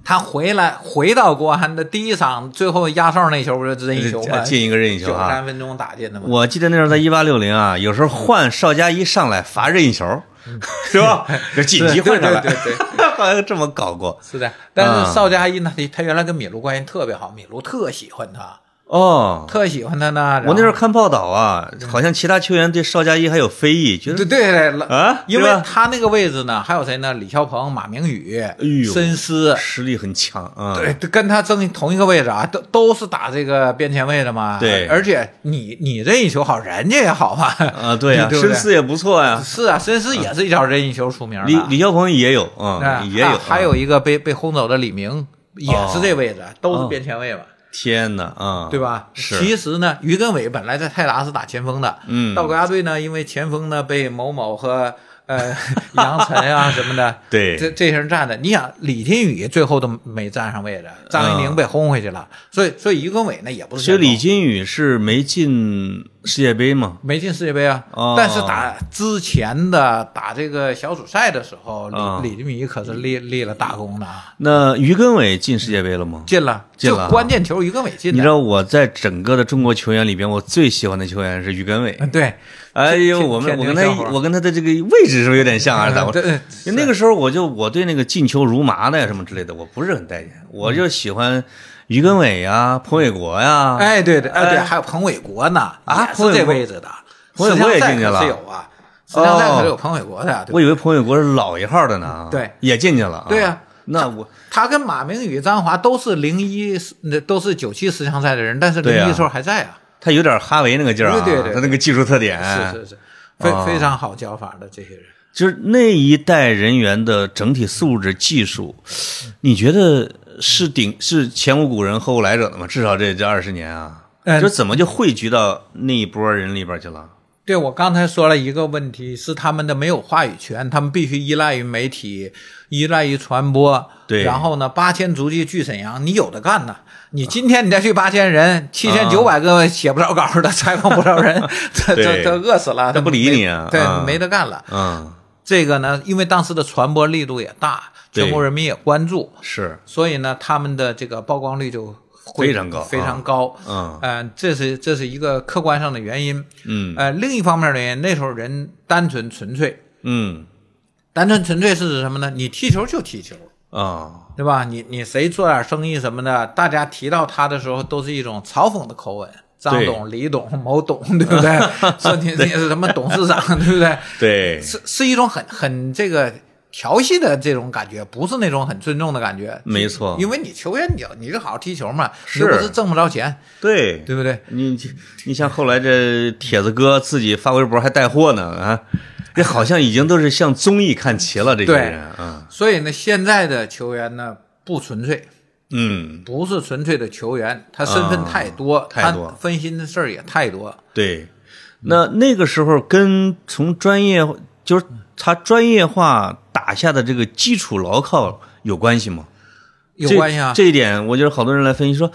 他回来回到国安的第一场，最后压哨那球不是任意球吗？
呃进一个任意球
九
啊！
三分钟打进的嘛？
我记得那时候在一八六零啊，有时候换邵佳一上来罚任意球， 对吧？就紧急换上来，
嗯对对对
好像这么搞过
是的，但是
嗯
邵佳一呢，他他原来跟米卢关系特别好，米卢特喜欢他，
哦。
特喜欢他呢。然后
我那时候看报道啊，好像其他球员对邵佳一还有非议，觉
对
得
对对了
啊
因
对
为
吧哎
他那个位置呢，还有谁呢？李霄鹏、马明宇
呦、嗯
申思，
实力很强啊。
对，跟他争同一个位置啊，都都是打这个边前卫的嘛。
对
而且你你任意球好，人家也好嘛。
啊，对呀，
对不对
深思也不错呀。
是啊，申思也是一脚任意球出名的。
李李霄鹏也有啊哦
啊，
也有
还，还有一个被被轰走的李明，也是这位置，都是边前卫嘛。
天哪啊，
对吧？
是
其实呢，于根伟本来在泰达是打前锋的，
嗯
到国家队呢，因为前锋呢被某某和 呃杨晨啊什么的，
对
这这些人占的。你想，李天宇最后都没占上位置，张怡宁被轰回去了，所以所以于根伟呢也不是
所以
前
嗯
锋
李金羽是没进世界杯吗？
没进世界杯啊，
哦
但是打之前的打这个小组赛的时候，李、
哦嗯
李俊米可是立立了大功的啊，
那于根伟进世界杯了吗？
进了，
进了啊
就关键球于根伟进的，
你知道我在整个的中国球员里边，我最喜欢的球员是于根伟。
嗯对，
哎
天
呦，我们
天哎
我
津
跟他
小伙儿
我跟他的这个位置是不是有点像啊？咋回
对
事？
嗯对
因为那个时候我就我对那个进球如麻的呀什么之类的，我不是很待
嗯
见，我就喜欢于根伟呀、彭伟国呀。
哎，对对，哎对，
哎
还有彭伟国呢，
啊
也
彭
是
伟
这
国
位置的。
彭伟
世
国也
将赛
进去
可
了
是有啊，世将赛可
哦
是有彭伟国的呀，对吧
我以为彭伟国是老一号的呢，
对
也进去了啊。
对啊
那我
他跟马明宇、张华都是零一，那都是九七十强赛的人，但是
对
零
啊
一时候还在啊，
他有点哈维那个劲儿啊，
对对对
他那个技术特点
是是是，非
哦
非常好教法的这些人。
就是那一代人员的整体素质、技术，你觉得是顶是前无古人后无来者的吗？至少这这二十年啊，
嗯
就怎么就汇聚到那一波人里边去了？
对，我刚才说了一个问题，是他们的没有话语权，他们必须依赖于媒体，依赖于传播。
对
然后呢，八千足迹聚沈阳，你有的干呐！
啊
你今天你再去八千人，七千九百个写不着稿的，采访不着 人，这
对
这这饿死了，
他不理
没
你啊
对
啊，
没得干了。
嗯，
这个呢，因为当时的传播力度也大，
对
全国人民也关注，
是，
所以呢，他们的这个曝光率就会
非常高
非常高。
嗯
呃，这是这是一个客观上的原因。
嗯
呃，另一方面呢，那时候人单纯纯粹，
嗯
单纯纯粹是指什么呢？你踢球就踢球，
啊，
对吧？你你谁做点生意什么的，大家提到他的时候都是一种嘲讽的口吻。张
对
董、李董、某董，对不对？ 说你你是什么董事长，对不对？
对，
是是一种很很这个调戏的这种感觉，不是那种很尊重的感觉。
没错
因为你球员你就你就好好踢球嘛，
是
你又不是挣不着钱，
对
对不对？
你你像后来这铁子哥自己发微博还带货呢啊，这好像已经都是向综艺看齐了这些
对
人啊，
所以呢，现在的球员呢不纯粹，
嗯，
不是纯粹的球员，他身份太多，
啊太多
他分心的事儿也太多。
对，
嗯
那那个时候跟从专业就是他专业化打下的这个基础牢靠有关系吗？
有
这
关系啊，
这一点我觉得好多人来分析说，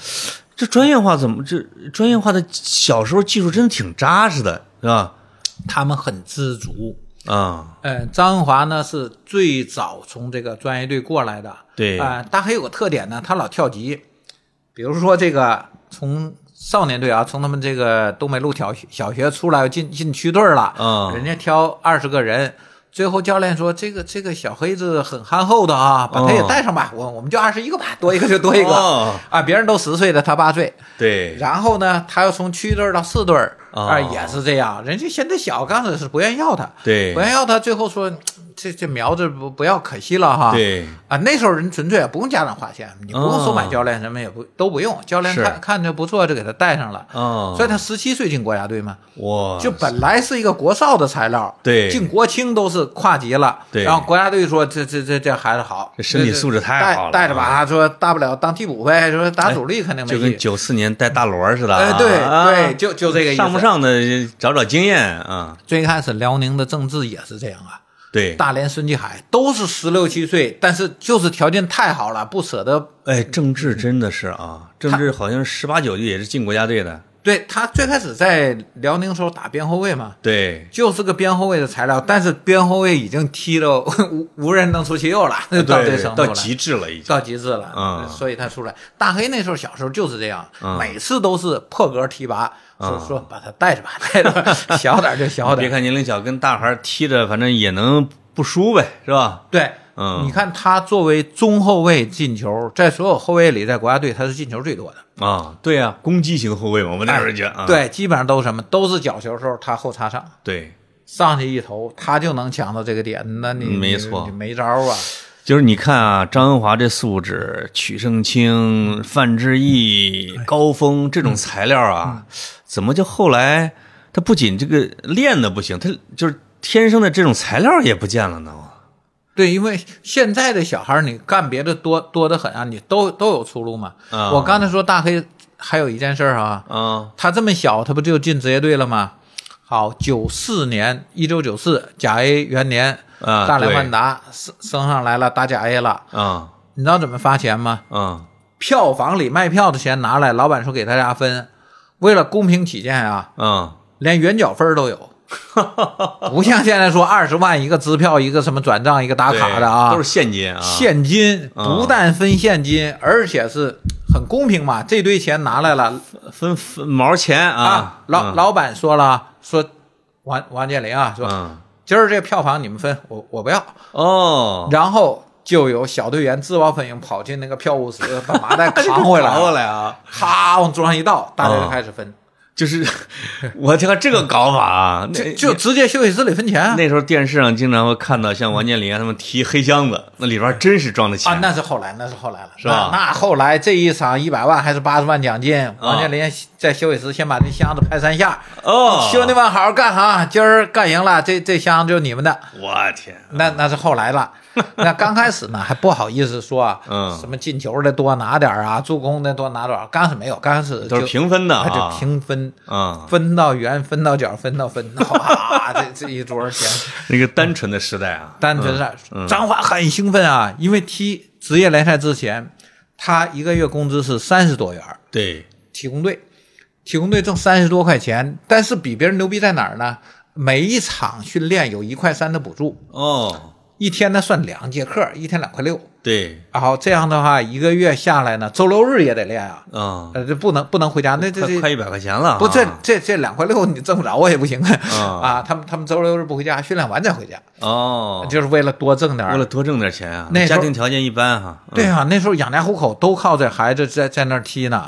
这专业化怎么这专业化的小时候技术真的挺扎实的，是吧？
他们很知足。
啊，
呃，张华呢是最早从这个专业队过来的，
对
啊、大黑有个特点呢，他老跳级，比如说这个从少年队啊，从他们这个东北路小学小学出来进进区队了，
嗯
人家挑二十个人。最后教练说：“这个这个小黑子很憨厚的啊，把他也
哦
带上吧。我我们就二十一个吧，多一个就多一个、
哦
啊。别人都十岁的，他八岁。
对，
然后呢，他又从区队儿到市队儿
哦
啊、也是这样。人家嫌他小，刚开始是不愿意要他，
对
不愿意要他，最后说嘖这这苗子不不要，可惜了哈。
对
啊，那时候人纯粹也不用家长花钱，你不用收买教练，什么也不、都不用，教练
是
看看着不错就给他带上了。
哦
所以他十七岁进国家队嘛，
哇，
就本来是一个国少的材料，
啊对
进国青都是跨级了，
对
然后国家队说这这这这孩子好，
这身体素质太好了
带带着吧，他说大不了当替补呗，说打主力肯定没
哎就
戏。
跟九四年带大罗儿似的啊，
哎，对、
啊
对，就就这个意思。
上不？上的找找经验啊，
最开始辽宁的政治也是这样啊，
对，
大连孙继海都是十六七岁，但是就是条件太好了，不舍得。
哎，郑智
嗯
真的是啊，郑智好像十八九就也是进国家队的，
对他最开始在辽宁时候打边后卫嘛，
对，
就是个边后卫的材料，但是边后卫已经踢到无无人能出其右了， 到这
哎对
程度
到
了。
极致了已经。
到极致了，
嗯
所以他出来。大黑那时候小时候就是这样，
嗯
每次都是破格提拔，说
嗯
说把他带着吧，带着吧， 小点儿就小点儿。
别看年龄小，跟大孩儿踢着，反正也能不输呗，是吧？
对，
嗯
你看他作为中后卫进球，在所有后卫里，在国家队他是进球最多的。
啊，对呀、攻击型后卫嘛，我们那时候觉得啊，
哎对，基本上都是什么，都是角球时候他后插上，
对，
上去一头，他就能抢到这个点。那你
嗯没
你
错
你没招啊。
就是你看啊，张恩华这素质，曲圣清、范志毅、
哎
高峰这
嗯
种材料啊，怎么就后来他不仅这个练的不行，他就是天生的这种材料也不见了呢？
对，因为现在的小孩儿你干别的多多得很啊，你都都有出路嘛。
啊
我刚才说大黑还有一件事儿啊，
啊
他这么小，他不就进职业队了吗？好，九四年，一九九四甲 A 元年，
啊
大连万达升升上来了，打甲 A 了。
啊
你知道怎么发钱吗？
啊
票房里卖票的钱拿来，老板说给大家分。为了公平起见啊，
啊！
连圆角分儿 都有，不像现在说二十万一个支票，一个什么转账，一个打卡的啊，
对都是现金啊，嗯
现金，不但分现金，而且是很公平嘛。这堆钱拿来了
分分毛钱啊
啊，，老
嗯
老板说了啊，说王王健林啊，说
嗯
今儿这票房你们分，我我不要。
哦，
然后就有小队员自报奋勇跑进那个票务室，把麻
哎
袋扛回来，
拿过，来啊，
咔往桌上一倒，大家
啊
就开始分，
就是 我这个这个搞法啊，那
就就直接休息室里分钱啊。
那时候电视上经常会看到像王健林啊他们提黑箱子，那里边儿真是装的钱
啊，那是后来，那是后来了，
是吧啊
那那后来这一场一百万还是八十万奖金，王健林在休息室先把这箱子拍三下，
哦，
兄弟们好好干哈，今儿干赢了，这这箱就你们的。
我天，
那那是后 来了，那刚开始呢还不好意思说啊，
嗯
什么进球的多拿点儿啊，助攻的多拿点儿，刚开始没有，刚开始就
都是平分的
啊，
啊
就平分，
啊，
分到圆，分到角，分到 分到，啊，这这一桌儿钱，
那个单纯的时代啊，
单纯是
嗯
张华很兴奋啊，因为踢职业联赛之前，他一个月工资是三十多元儿，
嗯对，
体工队，体工队挣三十多块钱，但是比别人牛逼在哪儿呢？每一场训练有一块三的补助，
哦，
一天呢算两节课，一天两块六。
对，
然后这样的话，一个月下来呢，周六日也得练啊，
啊，
呃，这不能不能回家，那这
快快
这
一百块钱了啊，
不这这这两块六你挣不着我也不行啊
啊
他们他们周六日不回家，训练完再回家，
哦，
就是为了多挣点儿
为了多挣点钱啊，
那时
家
候
庭条件一般哈，嗯
对啊，那时候养家糊口都靠这孩子在在那儿踢 呢。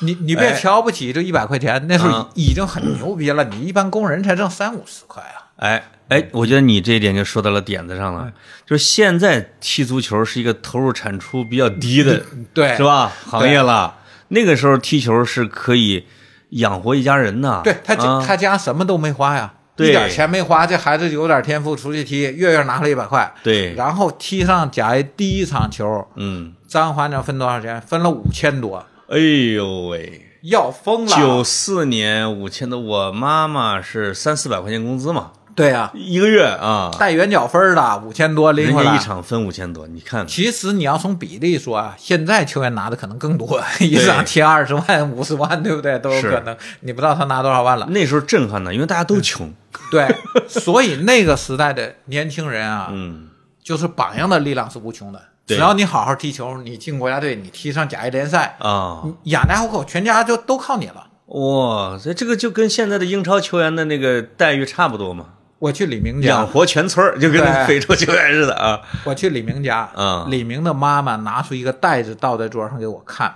你你别
哎
瞧不起这一百块钱，那时候
啊
已已经很牛逼了。你一般工人才挣三五十块啊，
哎哎，我觉得你这一点就说到了点子上
嗯
了，就是现在踢足球是一个投入产出比较低的，
对
是吧？行业了，那个时候踢球是可以养活一家人呐。
对他家、
啊
他家什么都没花呀，
对
一点钱没花，这孩子有点天赋，出去踢，月月拿了一百块，
对，
然后踢上甲 A 第一场球，
嗯，
张华你知道分多少钱？分了五千多，
哎呦喂，
要疯了。
九四年五千多，我妈妈是三四百块钱工资嘛，
对啊，
一个月啊，
带圆角分儿的五千多拎
人
回
家
来
一。场分五千多，你看
其实你要从比例说啊，现在球员拿的可能更多，一场踢二十万、五十万，对不对？都有可能。你不知道他拿多少 万了。
那时候震撼呢，因为大家都穷，
对，所以那个时代的年轻人啊，
嗯，
就是榜样的力量是无穷的。
对
只要你好好踢球，你进国家队，你踢上甲 A 联赛，
啊，
你养家糊口，全家就都靠你了。
哇，这这个就跟现在的英超球员的那个待遇差不多嘛，
我去李明家
养，啊活全村儿，就跟那个非洲球员似的啊。
我去李明家，
嗯
李明的妈妈拿出一个袋子倒在桌上给我看，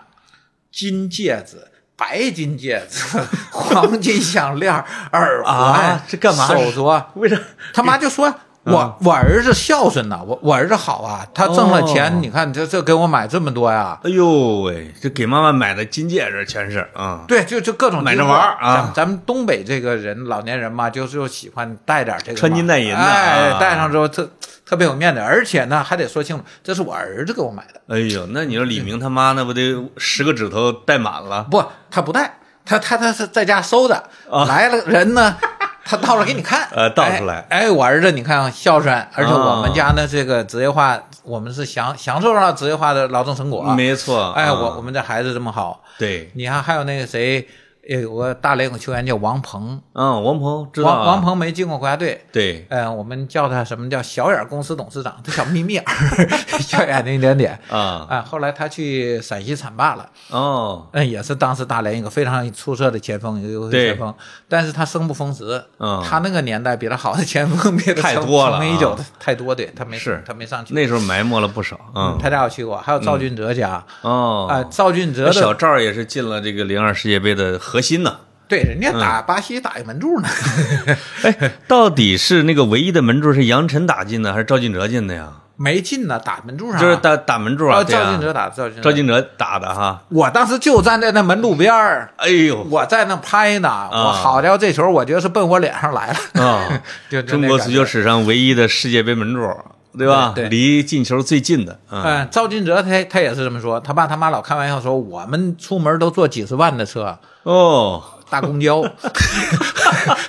金戒指、白金戒指、 黄金项链、耳环，
啊这嗯干嘛
手镯，
为啥？
他妈就说。我我儿子孝顺呐，我我儿子好啊，他挣了钱，
哦
你看这这给我买这么多呀，
哎呦喂，这给妈妈买的金戒指全是啊。
对，就就各种
买着
金花
玩儿啊
咱们咱们东北这个人老年人嘛，就就喜欢带点这个嘛
穿金戴银的
哎
啊，
戴上之后特特别有面子，而且呢还得说清楚，这是我儿子给我买的，
哎呦，那你说李明他妈那不得十个指头戴满了？
不，他不带，他他他是在家收的，
啊
来了人呢，他倒着给你看，
呃倒出来啊
哎，哎我儿子你看孝顺，而且我们家呢这个职业化，我们是享享受到职业化的劳动成果，
没错，
哎，
啊
我我们这孩子这么好，
对，
你看还有那个谁，也有个大连有个球员叫王鹏，
嗯，王鹏知道啊
王王鹏没进过国家队。
对
嗯、我们叫他什么叫小眼儿公司董事长，他叫眯眯眼儿， 小眼睛一点点。
啊
啊、后来他去陕西浐灞了，
哦
嗯，也是当时大连一个非常出色的前锋，一个优秀
对
前锋，但是他升不峰值。
嗯
他那个年代比他好的前锋 比他
太
成
多了
成名
啊
已久的太多，对他没
是
他没上去。
那时候埋没了不少
嗯
嗯
他家我去过，还有赵俊哲家啊、
哦
呃赵俊哲
那小
的
赵儿也是进了这个零二世界杯的核心呢。
对人
嗯
家打巴西打一门柱 呢，
哎， 到底是那个唯一的门柱是杨晨打进的，还是赵俊哲进的呀？
没进呢，打门柱上啊
就是打打门柱
啊
啊，对
赵俊
啊，
哲打赵俊
赵俊哲打的哈。
我当时就站在那门路边儿，
哎 呦
我在那拍呢，我好家伙，这球我觉得是奔我脸上来了。
啊
就！就那
中国
感
足
觉
球史上唯一的世界杯门柱，对吧？
对对
离进球最近的，嗯，
嗯，赵晋哲他他也是这么说，他爸他妈老开玩笑说，我们出门都坐几十万的车，
哦
大公交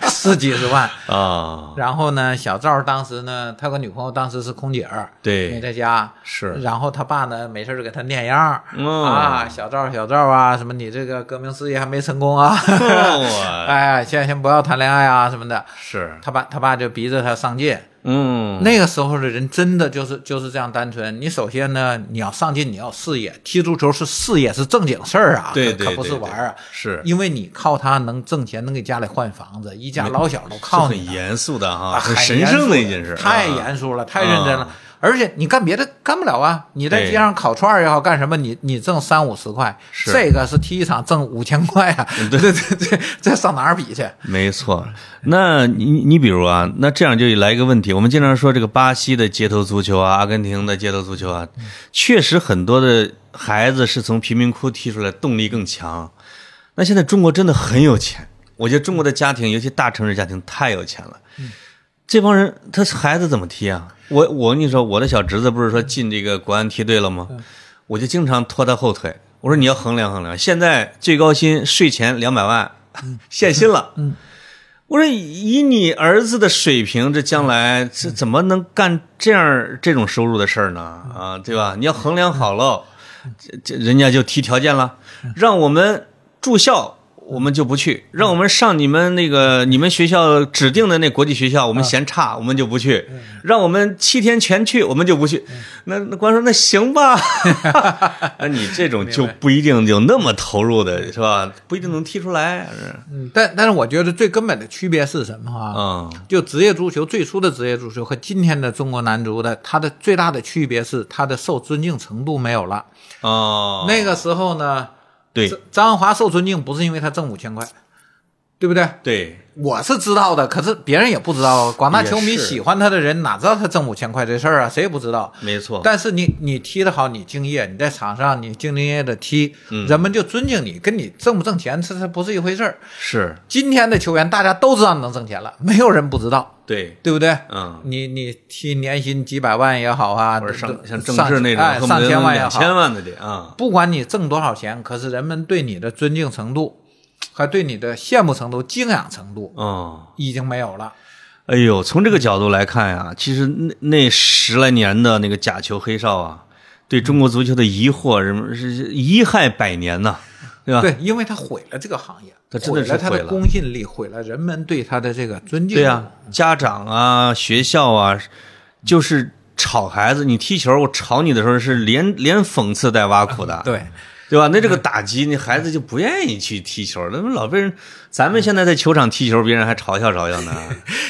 是几十万。
啊，
然后呢，小赵当时呢，他和女朋友当时是空姐儿，
对
没在家。
是
然后他爸呢，没事儿就给他念样儿、
哦
啊，小赵小赵啊，什么你这个革命事业还没成功啊，
哦
哎，现在先不要谈恋爱啊什么的。
是，
他爸他爸就逼着他上进，
嗯，
那个时候的人真的就是就是这样单纯。你首先呢，你要上进，你要事业，踢足球是事业，是正经事儿啊，
对
可
对
可不是
对
玩儿啊
对。是
因为你靠它能挣钱，能给家里换房子，一家老小都
是
靠你
很
呢。
严肃的哈，
啊
很
很
神
严肃
圣的一件事，
太
啊
严肃了，太认真了
啊。
而且你干别的干不了啊，你在
对
街上烤串儿也好干什么，你你挣三五十块，
是
这个是踢一场挣五千块啊，这这这 这上哪儿比去？
没错，那你你比如啊，那这样就来一个问题，我们经常说这个巴西的街头足球啊，阿根廷的街头足球啊，确实很多的孩子是从贫民窟踢出来，动力更强。那现在中国真的很有钱，我觉得中国的家庭，尤其大城市家庭太有钱了。这帮人他孩子怎么踢啊？我我跟你说，我的小侄子不是说进这个国安梯队了吗？我就经常拖他后腿。我说你要衡量衡量，现在最高薪税前两百万， 限薪了。嗯，我说以你儿子的水平，这将来这怎么能干这样这种收入的事儿呢？啊，对吧？你要衡量好喽，这这人家就提条件了，让我们住校。我们就不去，让我们上你们那个你们学校指定的那国际学校，我们嫌差，我们就不去；让我们七天全去，我们就不去。那那官说那行吧，那你这种就不一定有那么投入的是吧？不一定能踢出来。是
嗯，但但是我觉得最根本的区别是什么啊？
嗯，
就职业足球最初的职业足球和今天的中国男足的，它的最大的区别是它的受尊敬程度没有了。
哦，
那个时候呢，
对
张张安华受尊敬不是因为他挣五千块，对不对？
对，
我是知道的，可是别人也不知道啊。广大球迷
也是
喜欢他的人哪知道他挣五千块这事儿啊？谁也不知道。
没错。
但是你你踢得好，你敬业，你在场上你兢兢业业的踢，
嗯
人们就尊敬你，跟你挣不挣钱这这不是一回事儿。
是
今天的球员大家都知道你能挣钱了，没有人不知道。
对，
对不对？
嗯
你你踢年薪几百万也好啊，
或者上像
上
郑智那
哎
种，
上千万也
两
好，
千万的得啊，
不管你挣多少钱，可是人们对你的尊敬程度和对你的羡慕程度、敬仰程度
哦，
已经没有了。
哎呦，从这个角度来看呀、其实那那十来年的那个假球黑哨啊，对中国足球的遗祸，人们是是遗害百年呐、对吧？
对，因为他毁了这个行业，
他啊真的是
毁了他
毁
的
了
公信力，毁了人们对他的这个尊敬。
对呀、家长啊，学校啊，就是吵孩子。你踢球，我吵你的时候是连连讽刺带挖苦的，
啊对，
对吧？那
嗯
这个打击，你孩子就不愿意去踢球了。那么老被人，咱们现在在球场踢球，别人还嘲笑嘲笑 呢。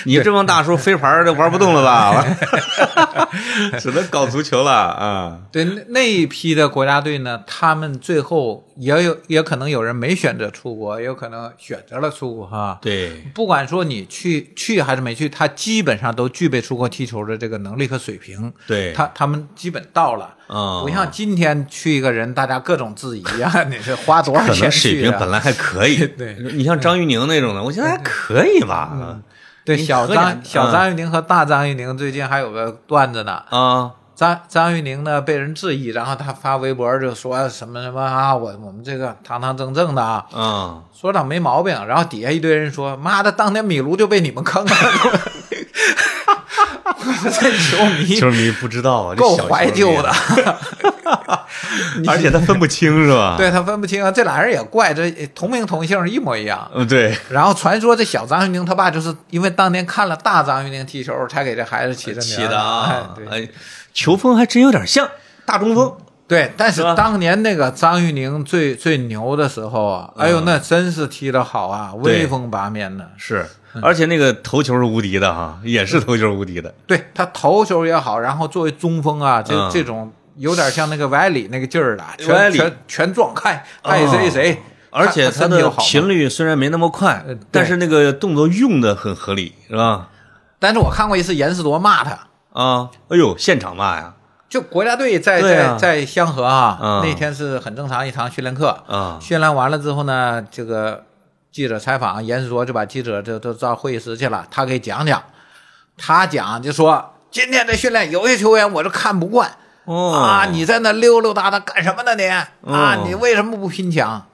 你这帮大叔飞盘儿都玩不动了吧？ 只能搞足球了啊！
对，那那一批的国家队呢，他们最后也有，也可能有人没选择出国，也有可能选择了出国哈。
对，
不管说你去去还是没去，他基本上都具备出国踢球的这个能力和水平。
对
他他们基本到了，
嗯
不像今天去一个人，大家各种质疑啊， 你是花多少
可能
钱
水
去
平
啊？
本来还可以。
对嗯
你像张玉宁那种的，我觉得还可以吧。
对，
你
小
喝
张
点嗯
小张玉宁和大张玉宁最近还有个段子呢。
啊，
张张玉宁呢被人质疑，然后他发微博就说什么什么啊，我我们这个堂堂正正的啊，
嗯，
说的没毛病，然后底下一堆人说：“妈的，当年米卢就被你们 坑了。” 我说这球迷
球迷不知道啊，这
够
小球迷
怀旧的， 你
而且他分不清是吧？，
对他分不清啊，这俩人也怪，这同名同姓一模一样。
嗯，对，
然后传说这小张玉宁他爸就是因为当年看了大张玉宁踢球，才给这孩子起的名儿
起的啊
哎，对嗯
哎，球风还真有点像大中锋，
对，但是
是吧
当年那个张玉宁最最牛的时候啊，哎呦，那真是踢得好啊，
嗯对
威风八面的。
是，
嗯
而且那个头球是无敌的哈，也是头球无敌的，
对他头球也好，然后作为中锋啊，这、
嗯
这种有点像那个歪里那个劲儿的，
歪
全
里
全全撞开，爱谁谁。
而且他
他他身体
的
又好嘛
频率虽然没那么快
呃对，
但是那个动作用的很合理，是吧？
但是我看过一次严世铎骂他，
啊，哎呦，现场骂呀，
就国家队在、
对啊
在在香河啊，
嗯
那天是很正常一堂训练课，
啊，
训练完了之后呢，这个记者采访，严世铎就把记者就都到会议室去了，他给讲讲，他讲就说。今天这训练有些球员我是看不惯。
哦
啊，你在那溜溜达达干什么呢你？啊
哦，
你为什么不拼抢？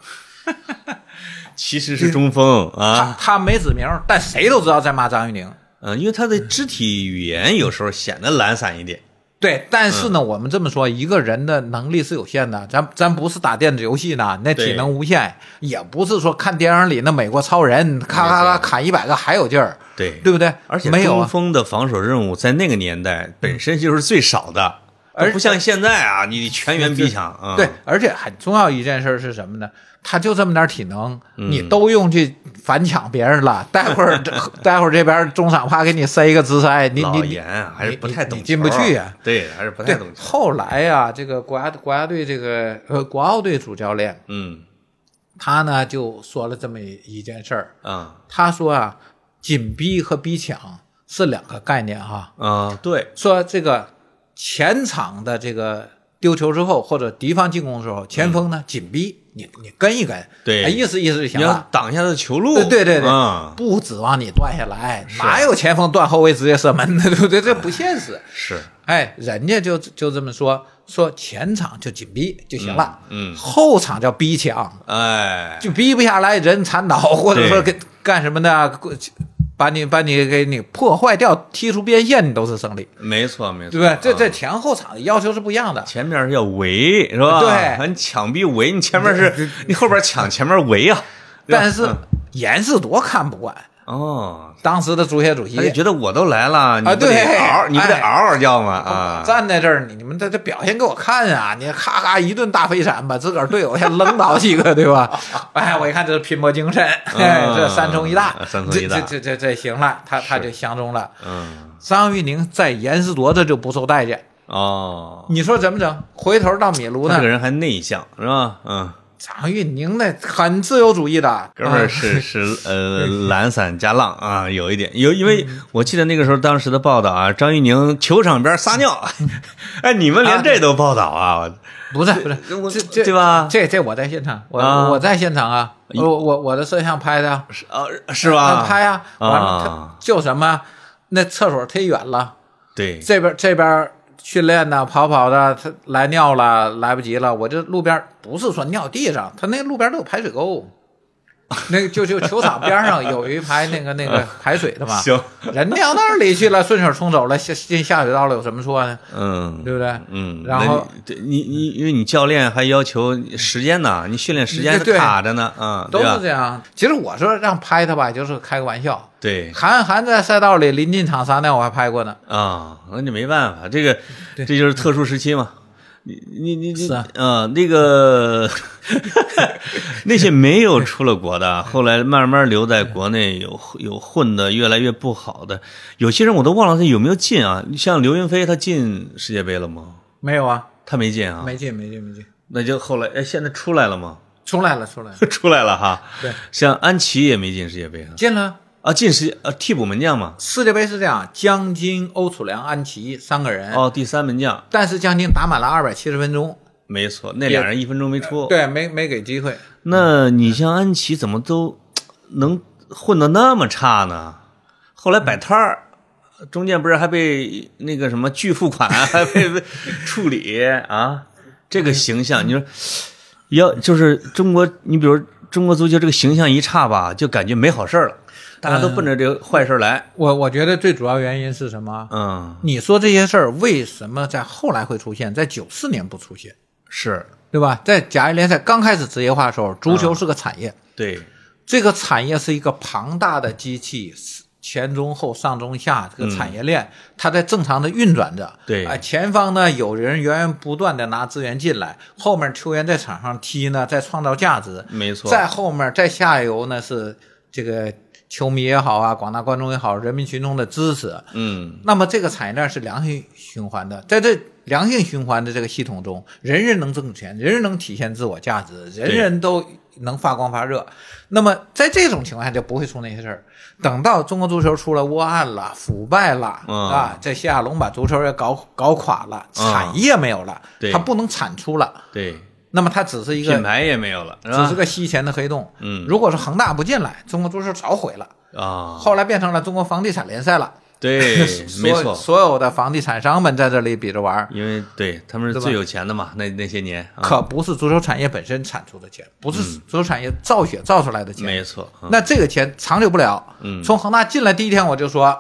其实是中锋
他
啊，
他没指名，但谁都知道在骂张玉宁。
嗯，因为他的肢体语言有时候显得懒散一点。
对，但是
嗯
呢，我们这么说，一个人的能力是有限的，咱咱不是打电子游戏呢，那体
对
能无限，也不是说看电影里那美国超人咔咔咔砍一百个还有劲儿，
对
对不对？
而且
没有
中
啊，嗯
锋的防守任务在那个年代本身就是最少的，
而
而不像现在啊，你全员逼抢啊。
对，而且很重要一件事是什么呢？他就这么点体能，
嗯
你都用去反抢别人了，待 会儿待会儿这边中场啪给你塞一个直塞，你
老
你
严啊还是不太懂球，啊
你你进不去呀、
对，还是不太
对
懂，球。
后来呀、这个国家国家队这个呃国奥队主教练，
嗯
他呢就说了这么一一件事儿，
啊
他说啊，紧逼和逼抢是两个概念哈、
啊，对，
说这个前场的这个丢球之后，或者敌方进攻的时候，前锋呢紧逼，你你跟一跟，
嗯对
哎意思意思就行
你要
了。
挡一下他的球路
对。对对对，
啊，
不指望你断下来，哪有前锋断后卫直接射门的，对 不对？
哎
这不现实。
是
哎，人家就就这么说，说前场就紧逼就行了，
嗯嗯
后场叫逼抢，
哎，
就逼不下来，人缠倒，或者说
对
给干什么呢？过去把你把你给你破坏掉，踢出边线，你都是胜利，
没错没错，
对不对？这
啊
这前后场的要求是不一样的。
前面是要围是吧？
对
你抢逼围，你前面是你后边抢，前面围啊。对吧
但是
嗯
严世铎看不惯
哦，
当时的足协主席
他就，觉得我都来了，你不
啊对
得嗷，你不得
哎
嗷嗷叫吗？啊，
站在这儿，你你们这这表现给我看啊！你咔咔一顿大飞铲，把自个儿队友先扔倒几个，对 吧？哎，我一看这是拼搏精神，哎，这三冲一大
啊，三冲一大
这这这这行了，他他就相中了。
嗯，
张玉宁在严世铎这就不受待见，
哦，
你说怎么整？回头到米卢
他
那
这个
儿，
人还内向是吧？嗯，
张玉宁那很自由主义的，
哥们儿
啊
是 是呃懒散加浪啊，有一点有，因为
嗯
我记得那个时候当时的报道啊，张玉宁球场边撒尿，
嗯
哎，你们连这都报道啊？
不是不是
我
这这
对吧
这这我在现场，我、
啊
我在现场啊，我我我的摄像拍的啊，
是啊是吧？
拍啊，完了
啊
他就什么那厕所忒远了，
对，
这边这边训练呢，跑跑的，他来尿了，来不及了。我这路边不是说尿地上，他那路边都有排 水沟，那个就就球场边上有一排那个那个排水的嘛。
行
人尿那里去了，顺手冲走了，下进下水道了，有什么错呢？
嗯
对。不对？
嗯，
然
那
后
你对你你，因为你教练还要求时间呢，你训练时间
对
是卡着呢，嗯，
都
对吧
是这样。其实我说让拍他吧，就是开个玩笑。
对
韩寒在赛道里临近场撒尿，我还拍过呢。
啊，那你没办法，这个这就是特殊时期嘛。你你你你
是啊
啊，那 个那些没有出了国的，后来慢慢留在国内有有混的越来越不好的，有些人我都忘了他有没有进啊。像刘云飞，他进世界杯了吗？
没有啊，
他没进啊，
没进，没进，没进，
那就后来哎，现在出来了吗？
出来了，出来了，
出来了哈。
对，
像安琪也没进世界杯啊，
进了。
啊，进世界呃替补门将嘛，
世界杯是这样，江津、欧楚良、安琪三个人，
哦，第三门将，
但是江津打满了二百七十分钟，
没错，那俩人一分钟没出。
对，没没给机会。
那你像安琪怎么都能混的那么差呢？后来摆摊儿，中间不是还被那个什么拒付款 还被被处理啊？这个形象，你说要就是中国，你比如中国足球这个形象一差吧，就感觉没好事儿了，大家都奔着这个坏事儿来。
我我觉得最主要原因是什么？
嗯，
你说这些事儿为什么在后来会出现，在九四年不出现，
是
对吧？在甲 A 联赛刚开始职业化的时候，足球是个产业，
对，
这个产业是一个庞大的机器，前中后上中下这个产业链，它在正常的运转着。
对
啊、前方呢有人源源不断的拿资源进来，后面球员在场上踢呢，在创造价值。
没错
再后面再下游呢是这个球迷也好啊，广大观众也好，人民群众的支持。
嗯，
那么这个产业链是良性循环的，在这良性循环的这个系统中，人人能挣钱，人人能体现自我价值，人人都能发光发热。那么在这种情况下就不会出那些事儿。等到中国足球出了窝案了、腐败了、
嗯
啊，这夏龙把足球也搞搞垮了，产业没有了，
对
它不能产出了，
对，
那么它只是一
品
个
牌也没有了，是
只是
吧？
个吸钱的黑洞。
嗯
如果是恒大不进来，中国足球早毁了，
啊，
后来变成了中国房地产联赛了。
对，
所
没
有
错，
所有的房地产商们在这里比着玩儿，
因为对他们是
对吧
最有钱的嘛，那那些年啊，
可不是足球产业本身产出的钱，不是足球产业造血造出来的钱。
嗯没错，嗯
那这个钱长久不了。
嗯
从恒大进来第一天我就说，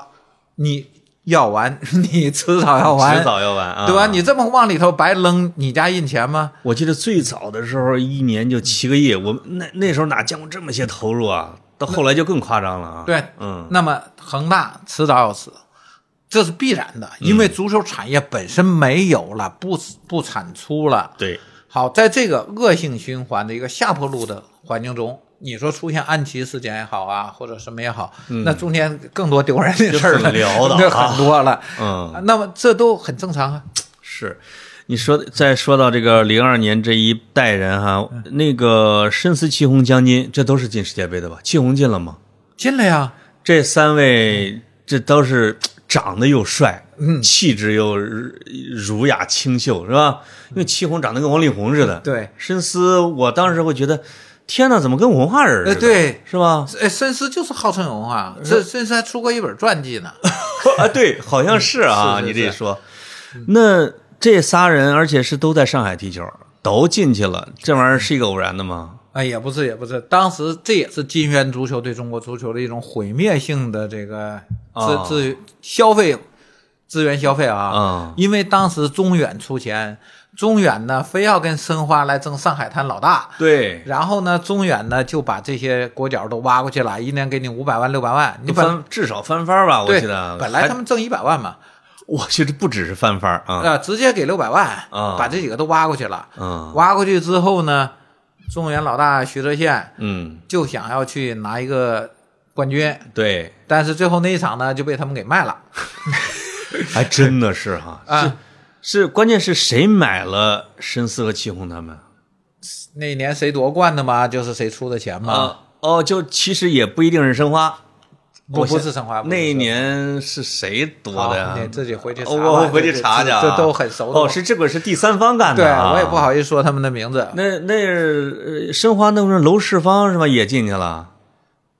你要完， 你迟早要完，
迟早要完啊，嗯
对吧？你这么往里头白扔，你家印钱吗？
我记得最早的时候，一年就七个亿，我们那那时候哪见过这么些投入啊？到后来就更夸张了啊！
对，
嗯，
那么恒大迟早要死，这是必然的，因
嗯
为足球产业本身没有了，不不产出了。
对，
好，在这个恶性循环的一个下坡路的环境中，你说出现安琪事件也好啊，或者什么也好，那中间更多丢人嗯的 事儿了，
就很潦倒啊
那很多了。
嗯，
那么这都很正常啊。
是。你说再说到这个零二年这一代人哈，那个深思、祁宏、江津，这都是进世界杯的吧？祁宏进了吗？
进来呀，
这三位这都是长得又帅，嗯，气质又儒儒雅清秀，是吧？因为祁宏长得跟王力宏似的，
嗯对
深思，我当时会觉得，天哪，怎么跟文化人似的？
呃对，
是吧？
哎，深思就是号称文化，这啊深思还出过一本传记呢。
啊，对，好像是啊，
嗯是是
你这
是嗯
一说，那这仨人，而且是都在上海踢球，都进去了，这玩意儿是一个偶然的吗？
啊，也不是，也不是，当时这也是金元足球对中国足球的一种毁灭性的这个资
啊
资、消费资源消费啊，
啊
因为当时中远出钱，中远呢非要跟申花来争上海滩老大，
对，
然后呢中远呢就把这些国脚都挖过去了，一年给你五百万六百万，你本
翻至少翻番儿吧，我
对
记得，
本来
还
他们挣一百万嘛，
我觉得不只是翻番儿啊，
呃，直接给六百万，
啊
把这几个都挖过去了，
嗯
挖过去之后呢，中原老大徐泽宪。
嗯，
就想要去拿一个冠军，
对，
但是最后那一场呢就被他们给卖了
还真的是哈，
啊。
是关键是谁买了深思和祁宏他们
那一年谁夺冠的嘛，就是谁出的钱嘛。
啊？哦，就其实也不一定是申花，
不
我
不
想
是申花，不是
那一
申花
年是谁夺的
好
呀
你？啊自己回去查吧，
哦我我回去查去啊，
这这这都很熟的
哦，是这个是第三方干
对
的啊，
我也不。好意思说他们的名字。
那那是呃申花那不是楼世芳是吧？也进去了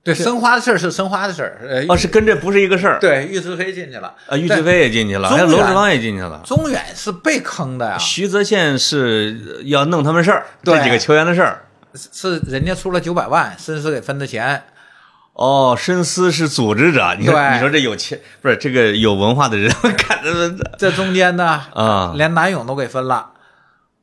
对，申花的事儿是申花的事儿，呃，
哦，是跟这不是一个事儿。
对，玉志飞进去了
啊，玉志，飞也进去了，
中
还有
远
楼世芳也进去了
但。中远是被坑的呀，
徐泽宪是呃要弄他们事儿，
对
这几个球员的事儿。
是人家出了九百万，申思给分的钱，
哦，深思是组织者，你说
对
你说这有钱不是这个有文化的人 看着
这中间呢，
啊
连南勇都给分了。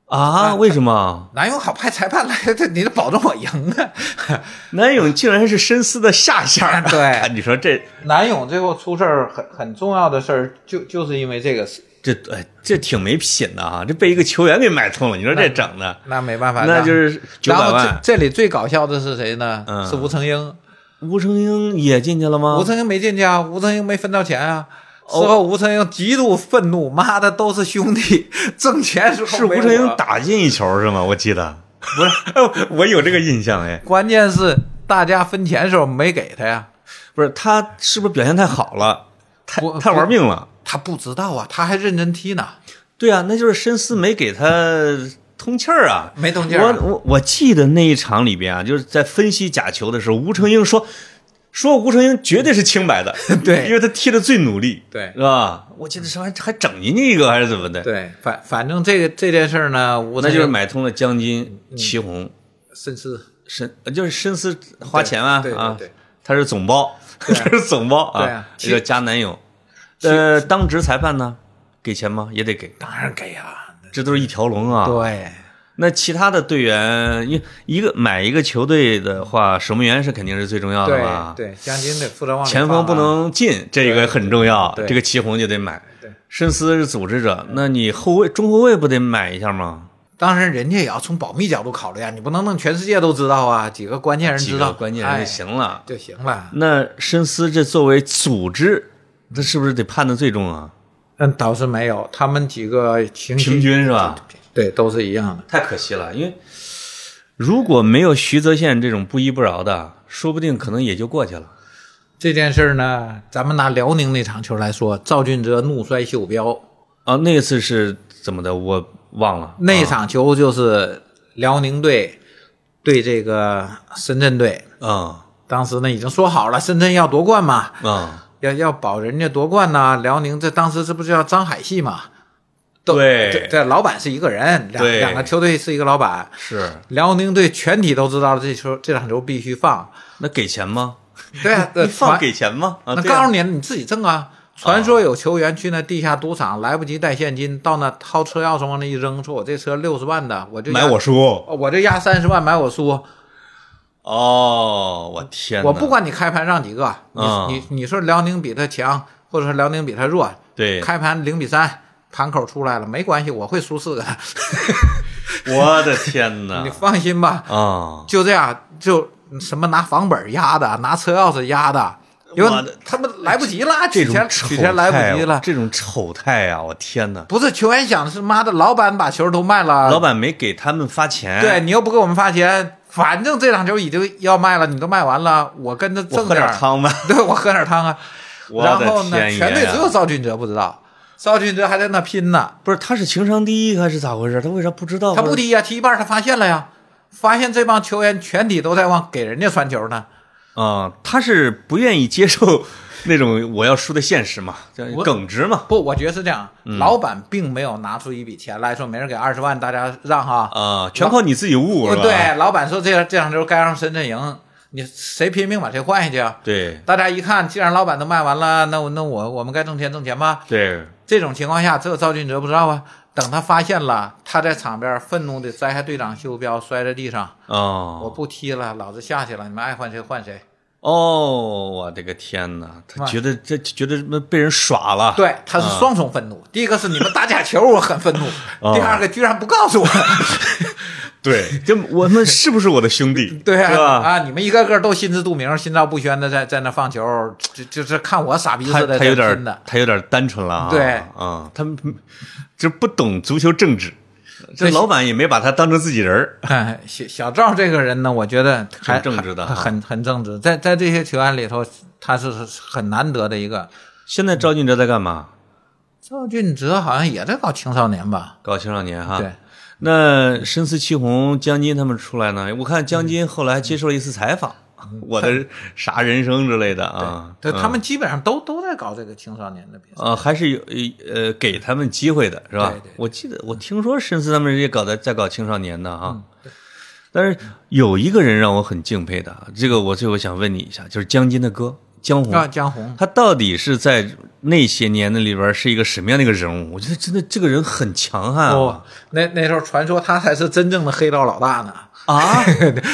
啊？为什么
南勇好派裁判来， 这你得保证我赢啊！
南勇竟然是深思的下 线？
对
你说这
南勇最后出事儿很很重要的事儿，就就是因为这个事，
这哎这挺没品的啊！这被一个球员给买通了，你说这整的
那没办法，
那就是九
然
百
后
万
这。这里最搞笑的是谁呢？
嗯
是吴成英，
吴成英也进去了吗？
吴成英没进去啊，吴成英没分到钱啊。事
哦
后吴成英极度愤怒，妈的都是兄弟， 挣钱时候
是
没
吴成英
我，
打进一球是吗？我记得不是， 我有这个印象哎。
关键是大家分钱时候没给他呀，
不是他是不是表现太好了，太
不
太玩命了？
他不知道啊，他还认真踢呢，
对啊，那就是深思没给他通气儿啊。
没动静儿啊
我我我记得那一场里边啊，就是在分析假球的时候，吴成英说说吴成英绝对是清白的，
对
因为他踢的最努力，
对
是吧？我记得是还还整进去一个还是怎么的？，
对，反反正这个这件事儿呢，
那
吴成
就是
英
买通了江
嗯
津、祁宏、
深思。
深呃就是深思花钱啊
对对
啊
对对，
他是总包， 他
对啊
是总包
对
啊
啊，其
这个加南勇，呃，当值裁判呢，给钱吗？也得给，
当然给啊，
这都是一条龙啊。
对，
那其他的队员，一一个买一个球队的话，守门员是肯定是最重要的吧？
对对，江津得负责往里
啊前
放
锋不
啊
能进，这个很重要
对。对
这个祁宏就得买
对。
深思是组织者，那你后卫、中后卫不得买一下吗？
当然，人家也要从保密角度考虑啊，你不能弄全世界都知道啊，几个关键人
几
知
个
道，
关键人
哎
就行了。
就行了。
那深思这作为组织，那是不是得判的最重啊？
嗯，倒是没有，他们几个平
平均是啊吧？
对，都是一样的。
太可惜了，因为如果没有徐泽宪这种不依不饶的，说不定可能也就过去了。
这件事儿呢，咱们拿辽宁那场球来说，赵俊哲怒摔袖标，
啊，那次是怎么的？我忘了。
那场球就是辽宁队对这个深圳队，
啊
当时呢已经说好了，深圳要夺冠嘛，
啊
要要保人家夺冠呐、辽宁这当时这不是叫张海系嘛？都
对
这这老板是一个人，两
对
两个球队是一个老板。
是
辽宁队全体都知道这球这场球必须放，
那给钱吗？
对啊，
你
这
放
传
给钱吗？啊，
那
对啊
告诉你，你自己挣啊。传说有球员去那地下赌场，来不及带现金，到那掏车钥匙往那一扔，说我这车六十万的，我就
买
压
我，书
我就压三十万买我书，
哦，我天哪，
我不管你开盘让几个，你、
嗯
你你说辽宁比他强，或者说辽宁比他弱，
对，
开盘零比三，盘口出来了没关系，我会 输四个，
我的天哪
你放心吧。
啊！
就这样，就什么拿房本压的，拿车钥匙压的，因
我
为
的
他们来不及了，
这
取
种
钱
丑
取钱来
态
不及
啊
了，
这种丑态啊！我天哪，
不是球员想的是，妈的，老板把球都卖了，
老板哎没给他们发钱，
对，你又不给我们发钱，反正这场球已经要卖了，你都卖完了，我跟着
我
挣
喝点
儿，
汤吧。
对我喝点汤啊。
我
然
的
后呢，
天爷啊
全队
呀
只有赵俊哲不知道，赵俊哲还在那拼呢，
不是他是情商低还是咋回事？他为啥不知道？
他不踢呀，踢一半他发现了呀，发现这帮球员全体都在往给人家传球呢。
啊，他是不愿意接受 那种我要输的现实嘛，叫
我
耿直嘛。
不，我觉得是这样，
嗯
老板并没有拿出一笔钱来说，每人给二十万，大家让哈。
啊，全靠你自己悟是吧？
对，老板说这这场球该让深圳赢，你谁拼命把谁换下去啊？
对
大家一看，既然老板都卖完了，那我那我我们该挣钱挣钱吧。
对，
这种情况下，只有赵俊哲不知道啊。等他发现了，他在场边愤怒的摘下队长袖标，摔在地上。我
哦
不踢了，老子下去了，你们爱换谁换谁。
哦，我的个天哪！他
哇
觉得这觉得被人耍了。
对，他
嗯
是双重愤怒，第一个是你们打假球，我 很愤怒；第二个居然不告诉我。
对，就我们是不是我的兄弟？
对
是
啊，
吧？
啊，你们一个个都心知肚明、心照不宣的在在那放球，就就是看我傻逼
他
似的
他有
在
点
拼的。
他有点单纯了啊。
对
啊，他 们就不懂足球政治，这
这
老板也没把他当成自己人 儿。
哎，小小赵这个人呢，我觉得还
挺正直的
还
哈
很很正直，在在这些球员里头，他是是很难得的一个。
现在赵俊哲在干嘛？
赵俊哲好像也在搞青少年吧？
搞青少年哈。
对，
那深思祁宏、江津他们出来呢？我看江
嗯
津后来还接受了一次采访，我 的啥人生之类的啊。
对，
嗯
他们基本上都都在搞这个青少年的比赛。
呃，还是有呃给他们机会的，是吧？
对对对
我记得我听说深思他们也搞在在搞青少年呢哈、
嗯
但是有一个人让我很敬佩的啊，这个我最后想问你一下，就是江津的哥江宏，
啊，江红，
他到底是在那些年的里边是一个什么样的一个人物？我觉得真的这个人很强悍啊、
哦，那那时候传说他才是真正的黑道老大呢。
啊！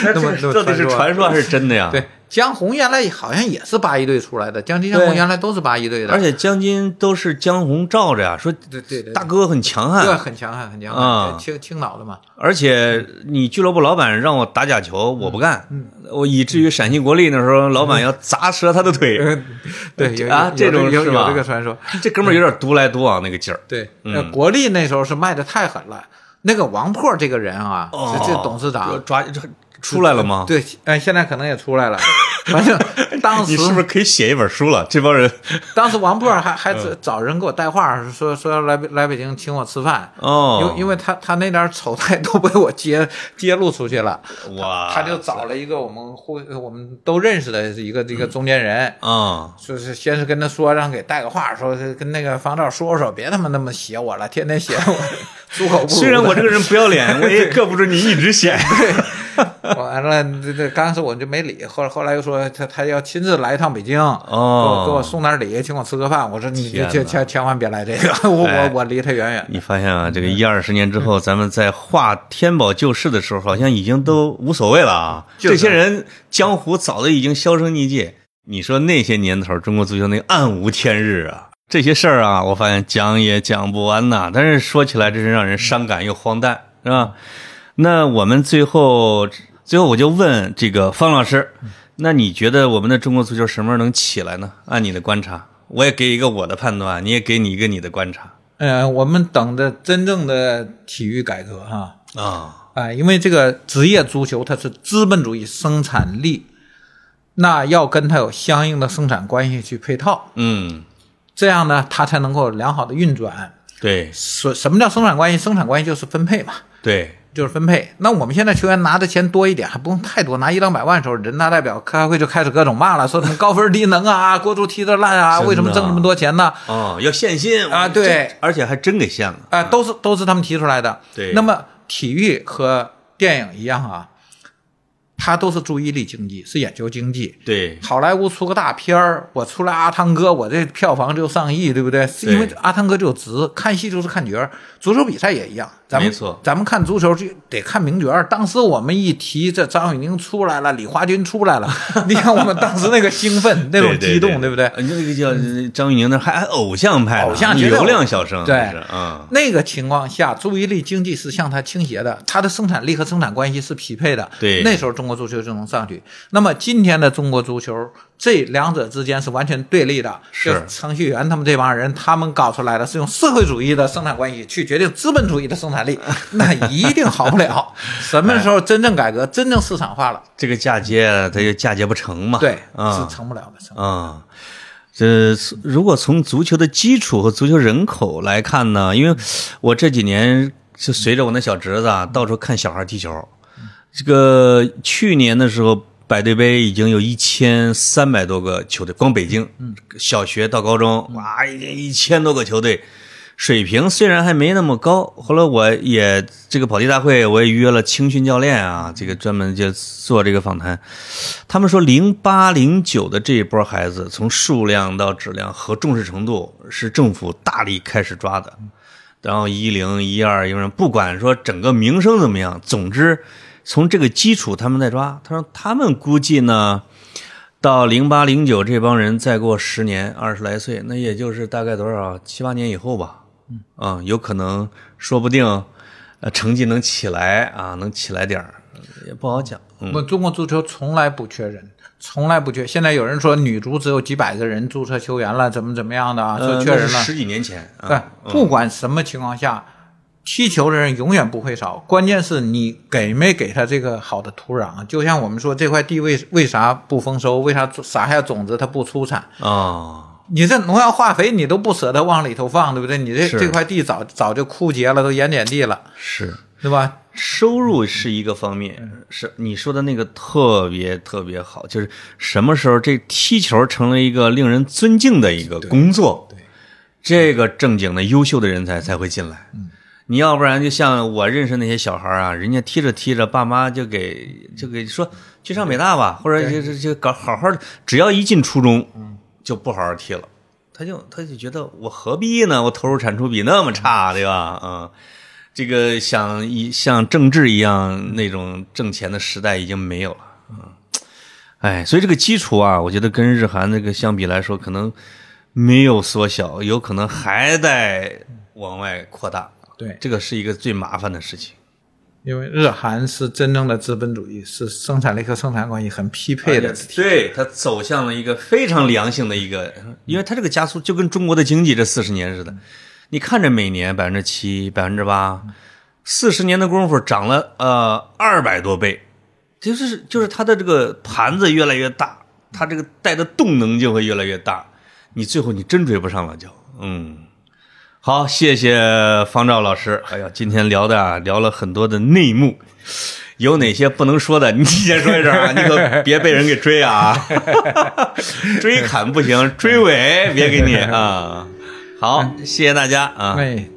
那
那么
这到底是传说还是真的呀？
啊对，江红原来好像也是八一队出来的，江津、江
对
红原来都是八一队的，
而且江津都是江红罩着呀，说
对对对，
大哥很强
对
悍，
很强悍，很强
啊
悍，对青青岛的嘛。
而且你俱乐部老板让我打假球，我不干，
嗯
我以至于陕西国力那时候老板要砸折他的腿，
对，有
啊
有
这种
有有
是吧
有这个传说。
这哥们儿有点独来独往那个劲儿。
对，
嗯
呃国力那时候是卖的太狠了。那个王破这个人啊，
哦
这这董事长
抓这出来了吗？，
对，哎，现在可能也出来了。反正当时
你是不是可以写一本书了？这帮人
当时王破还还找
嗯
找人给我带话，说说要来来北京请我吃饭。
哦，
因因为他他那点丑态都被我揭揭露出去了，
哇，
他就找了一个我们互我们都认识的一个一个
嗯
中间人，
啊
就是先是跟他说让给带个话，说是跟那个方照说说，别他妈那么写我了，天天写我， 猪口不如的。
虽然我这个人不要 脸，我也克不住你一直写。
完了，这这刚开始我就没理，后来后来又说他他要亲自来一趟北京，
哦
给我给我送点礼，请我吃个饭。我说你
天哪
这千千万别来这个，我
哎
我我离他远远。
你发现啊，
嗯
这个一二十年之后，咱们在画天宝旧事的时候，好像已经都无所谓了啊。
就是
这些人江湖早都已经销声匿迹。你说那些年头，中国足球那个暗无天日啊，这些事儿啊，我发现讲也讲不完呐。但是说起来，真是让人伤感又荒诞，是吧？那我们最后，最后我就问这个方老师，
嗯
那你觉得我们的中国足球什么时候能起来呢？按你的观察，我也给一个我的判断，你也给你一个你的观察
嗯、我们等着真正的体育改革哈
啊。
啊、因为这个职业足球它是资本主义生产力，那要跟它有相应的生产关系去配套，
嗯，
这样呢它才能够良好的运转。
对
所什么叫生产关系？生产关系就是分配嘛。
对
就是分配。那我们现在球员拿的钱多一点，还不用太多，拿一两百万的时候，人大代表开会就开始各种骂了，说什么高分低能啊， 国足踢得烂啊，
真的
为什么挣这么多钱呢？
哦，要限薪
啊
我
对
这而且还真给限了。
啊、都是都是他们提出来的。
对
那么体育和电影一样啊，它都是注意力经济，是眼球经济。
对，
好莱坞出个大片儿，我出来阿汤哥，我这票房就上亿，对不对？是因为阿汤哥就有值，看戏就是看角儿。足球比赛也一样，咱们
没错
咱们看足球就得看名角儿。当时我们一提这张雨宁出来了，李华军出 来了，你看我们当时那个兴奋，那种激动，对不对？
呃那个叫张玉宁，那还还偶像派呢，
偶像绝对
流量小生，
对
这是嗯，
那个情况下，注意力经济是向它倾斜的，它的生产力和生产关系是匹配的。
对
那时候中国足球就能上去。那么今天的中国足球，这两者之间是完全对立的。
是
就程序员他们这帮人，他们搞出来的是用社会主义的生产关系去决定资本主义的生产 力，那一定好不了。什么时候真正改革、真正市场化了，
这个嫁接它就嫁接不成嘛，
对，
啊
是成不了的。成不了
啊。这如果从足球的基础和足球人口来看呢，因为我这几年是随着我那小侄子啊，到处看小孩踢球。这个去年的时候，百队杯已经有一千三百多个球队，光北京，小学到高中，哇，一千多个球队，水平虽然还没那么高。后来我也这个跑题大会，我也约了青训教练啊，这个专门就做这个访谈。他们说，零八零九的这一波孩子，从数量到质量和重视程度，是政府大力开始抓的。然后一零一二，因为不管说整个名声怎么样，总之从这个基础他们在抓。他说他们估计呢，到零八零九这帮人再过十年二十来岁，那也就是大概多少七八年以后吧。嗯，啊，有可能说不定，呃，成绩能起来啊，能起来点儿，呃也不好讲。嗯，
我中国足球从来不缺人，从来不缺。现在有人说女足只有几百个人注册球员了，怎么怎么样的啊？说
呃
缺
那
人
是
了。
十几年前。啊
对，不管什么情况下，踢球的人永远不会少，关键是你给没给他这个好的土壤。啊就像我们说这块地为为啥不丰收，为啥撒下种子它不出产？
哦，
你这农药化肥你都不舍得往里头放，对不对？你这
是
这块地早早就枯竭了，都盐碱地了，
是
对吧？
收入是一个方面，是你说的那个特别特别好，就是什么时候这踢球成了一个令人尊敬的一个工作，对，嗯这个正经的优秀的人才才会进来。你要不然就像我认识那些小孩啊，人家踢着踢着，爸妈就给就给说去上北大吧，或者就就就搞好好的，只要一进初中，就不好好踢了。他就他就觉得我何必呢？我投入产出比那么差，对吧？嗯，这个像一像政治一样那种挣钱的时代已经没有了。嗯，哎，所以这个基础啊，我觉得跟日韩这个相比来说，可能没有缩小，有可能还在往外扩大。
对，
这个是一个最麻烦的事情，
因为日韩是真正的资本主义，是生产力和生产关系很匹配
啊
的。
对它走向了一个非常良性的一个，因为它这个加速就跟中国的经济这四十年似的，你看着每年百分之七、百分之八，四十年的功夫涨了呃二百多倍，就是就是它的这个盘子越来越大，它这个带的动能就会越来越大，你最后你真追不上了就，嗯。好，谢谢方照老师。哎呀，今天聊的啊，聊了很多的内幕，有哪些不能说的，你先说一声啊，你可别被人给追啊，追砍不行，追尾别给你啊。好，谢谢大家啊。
哎，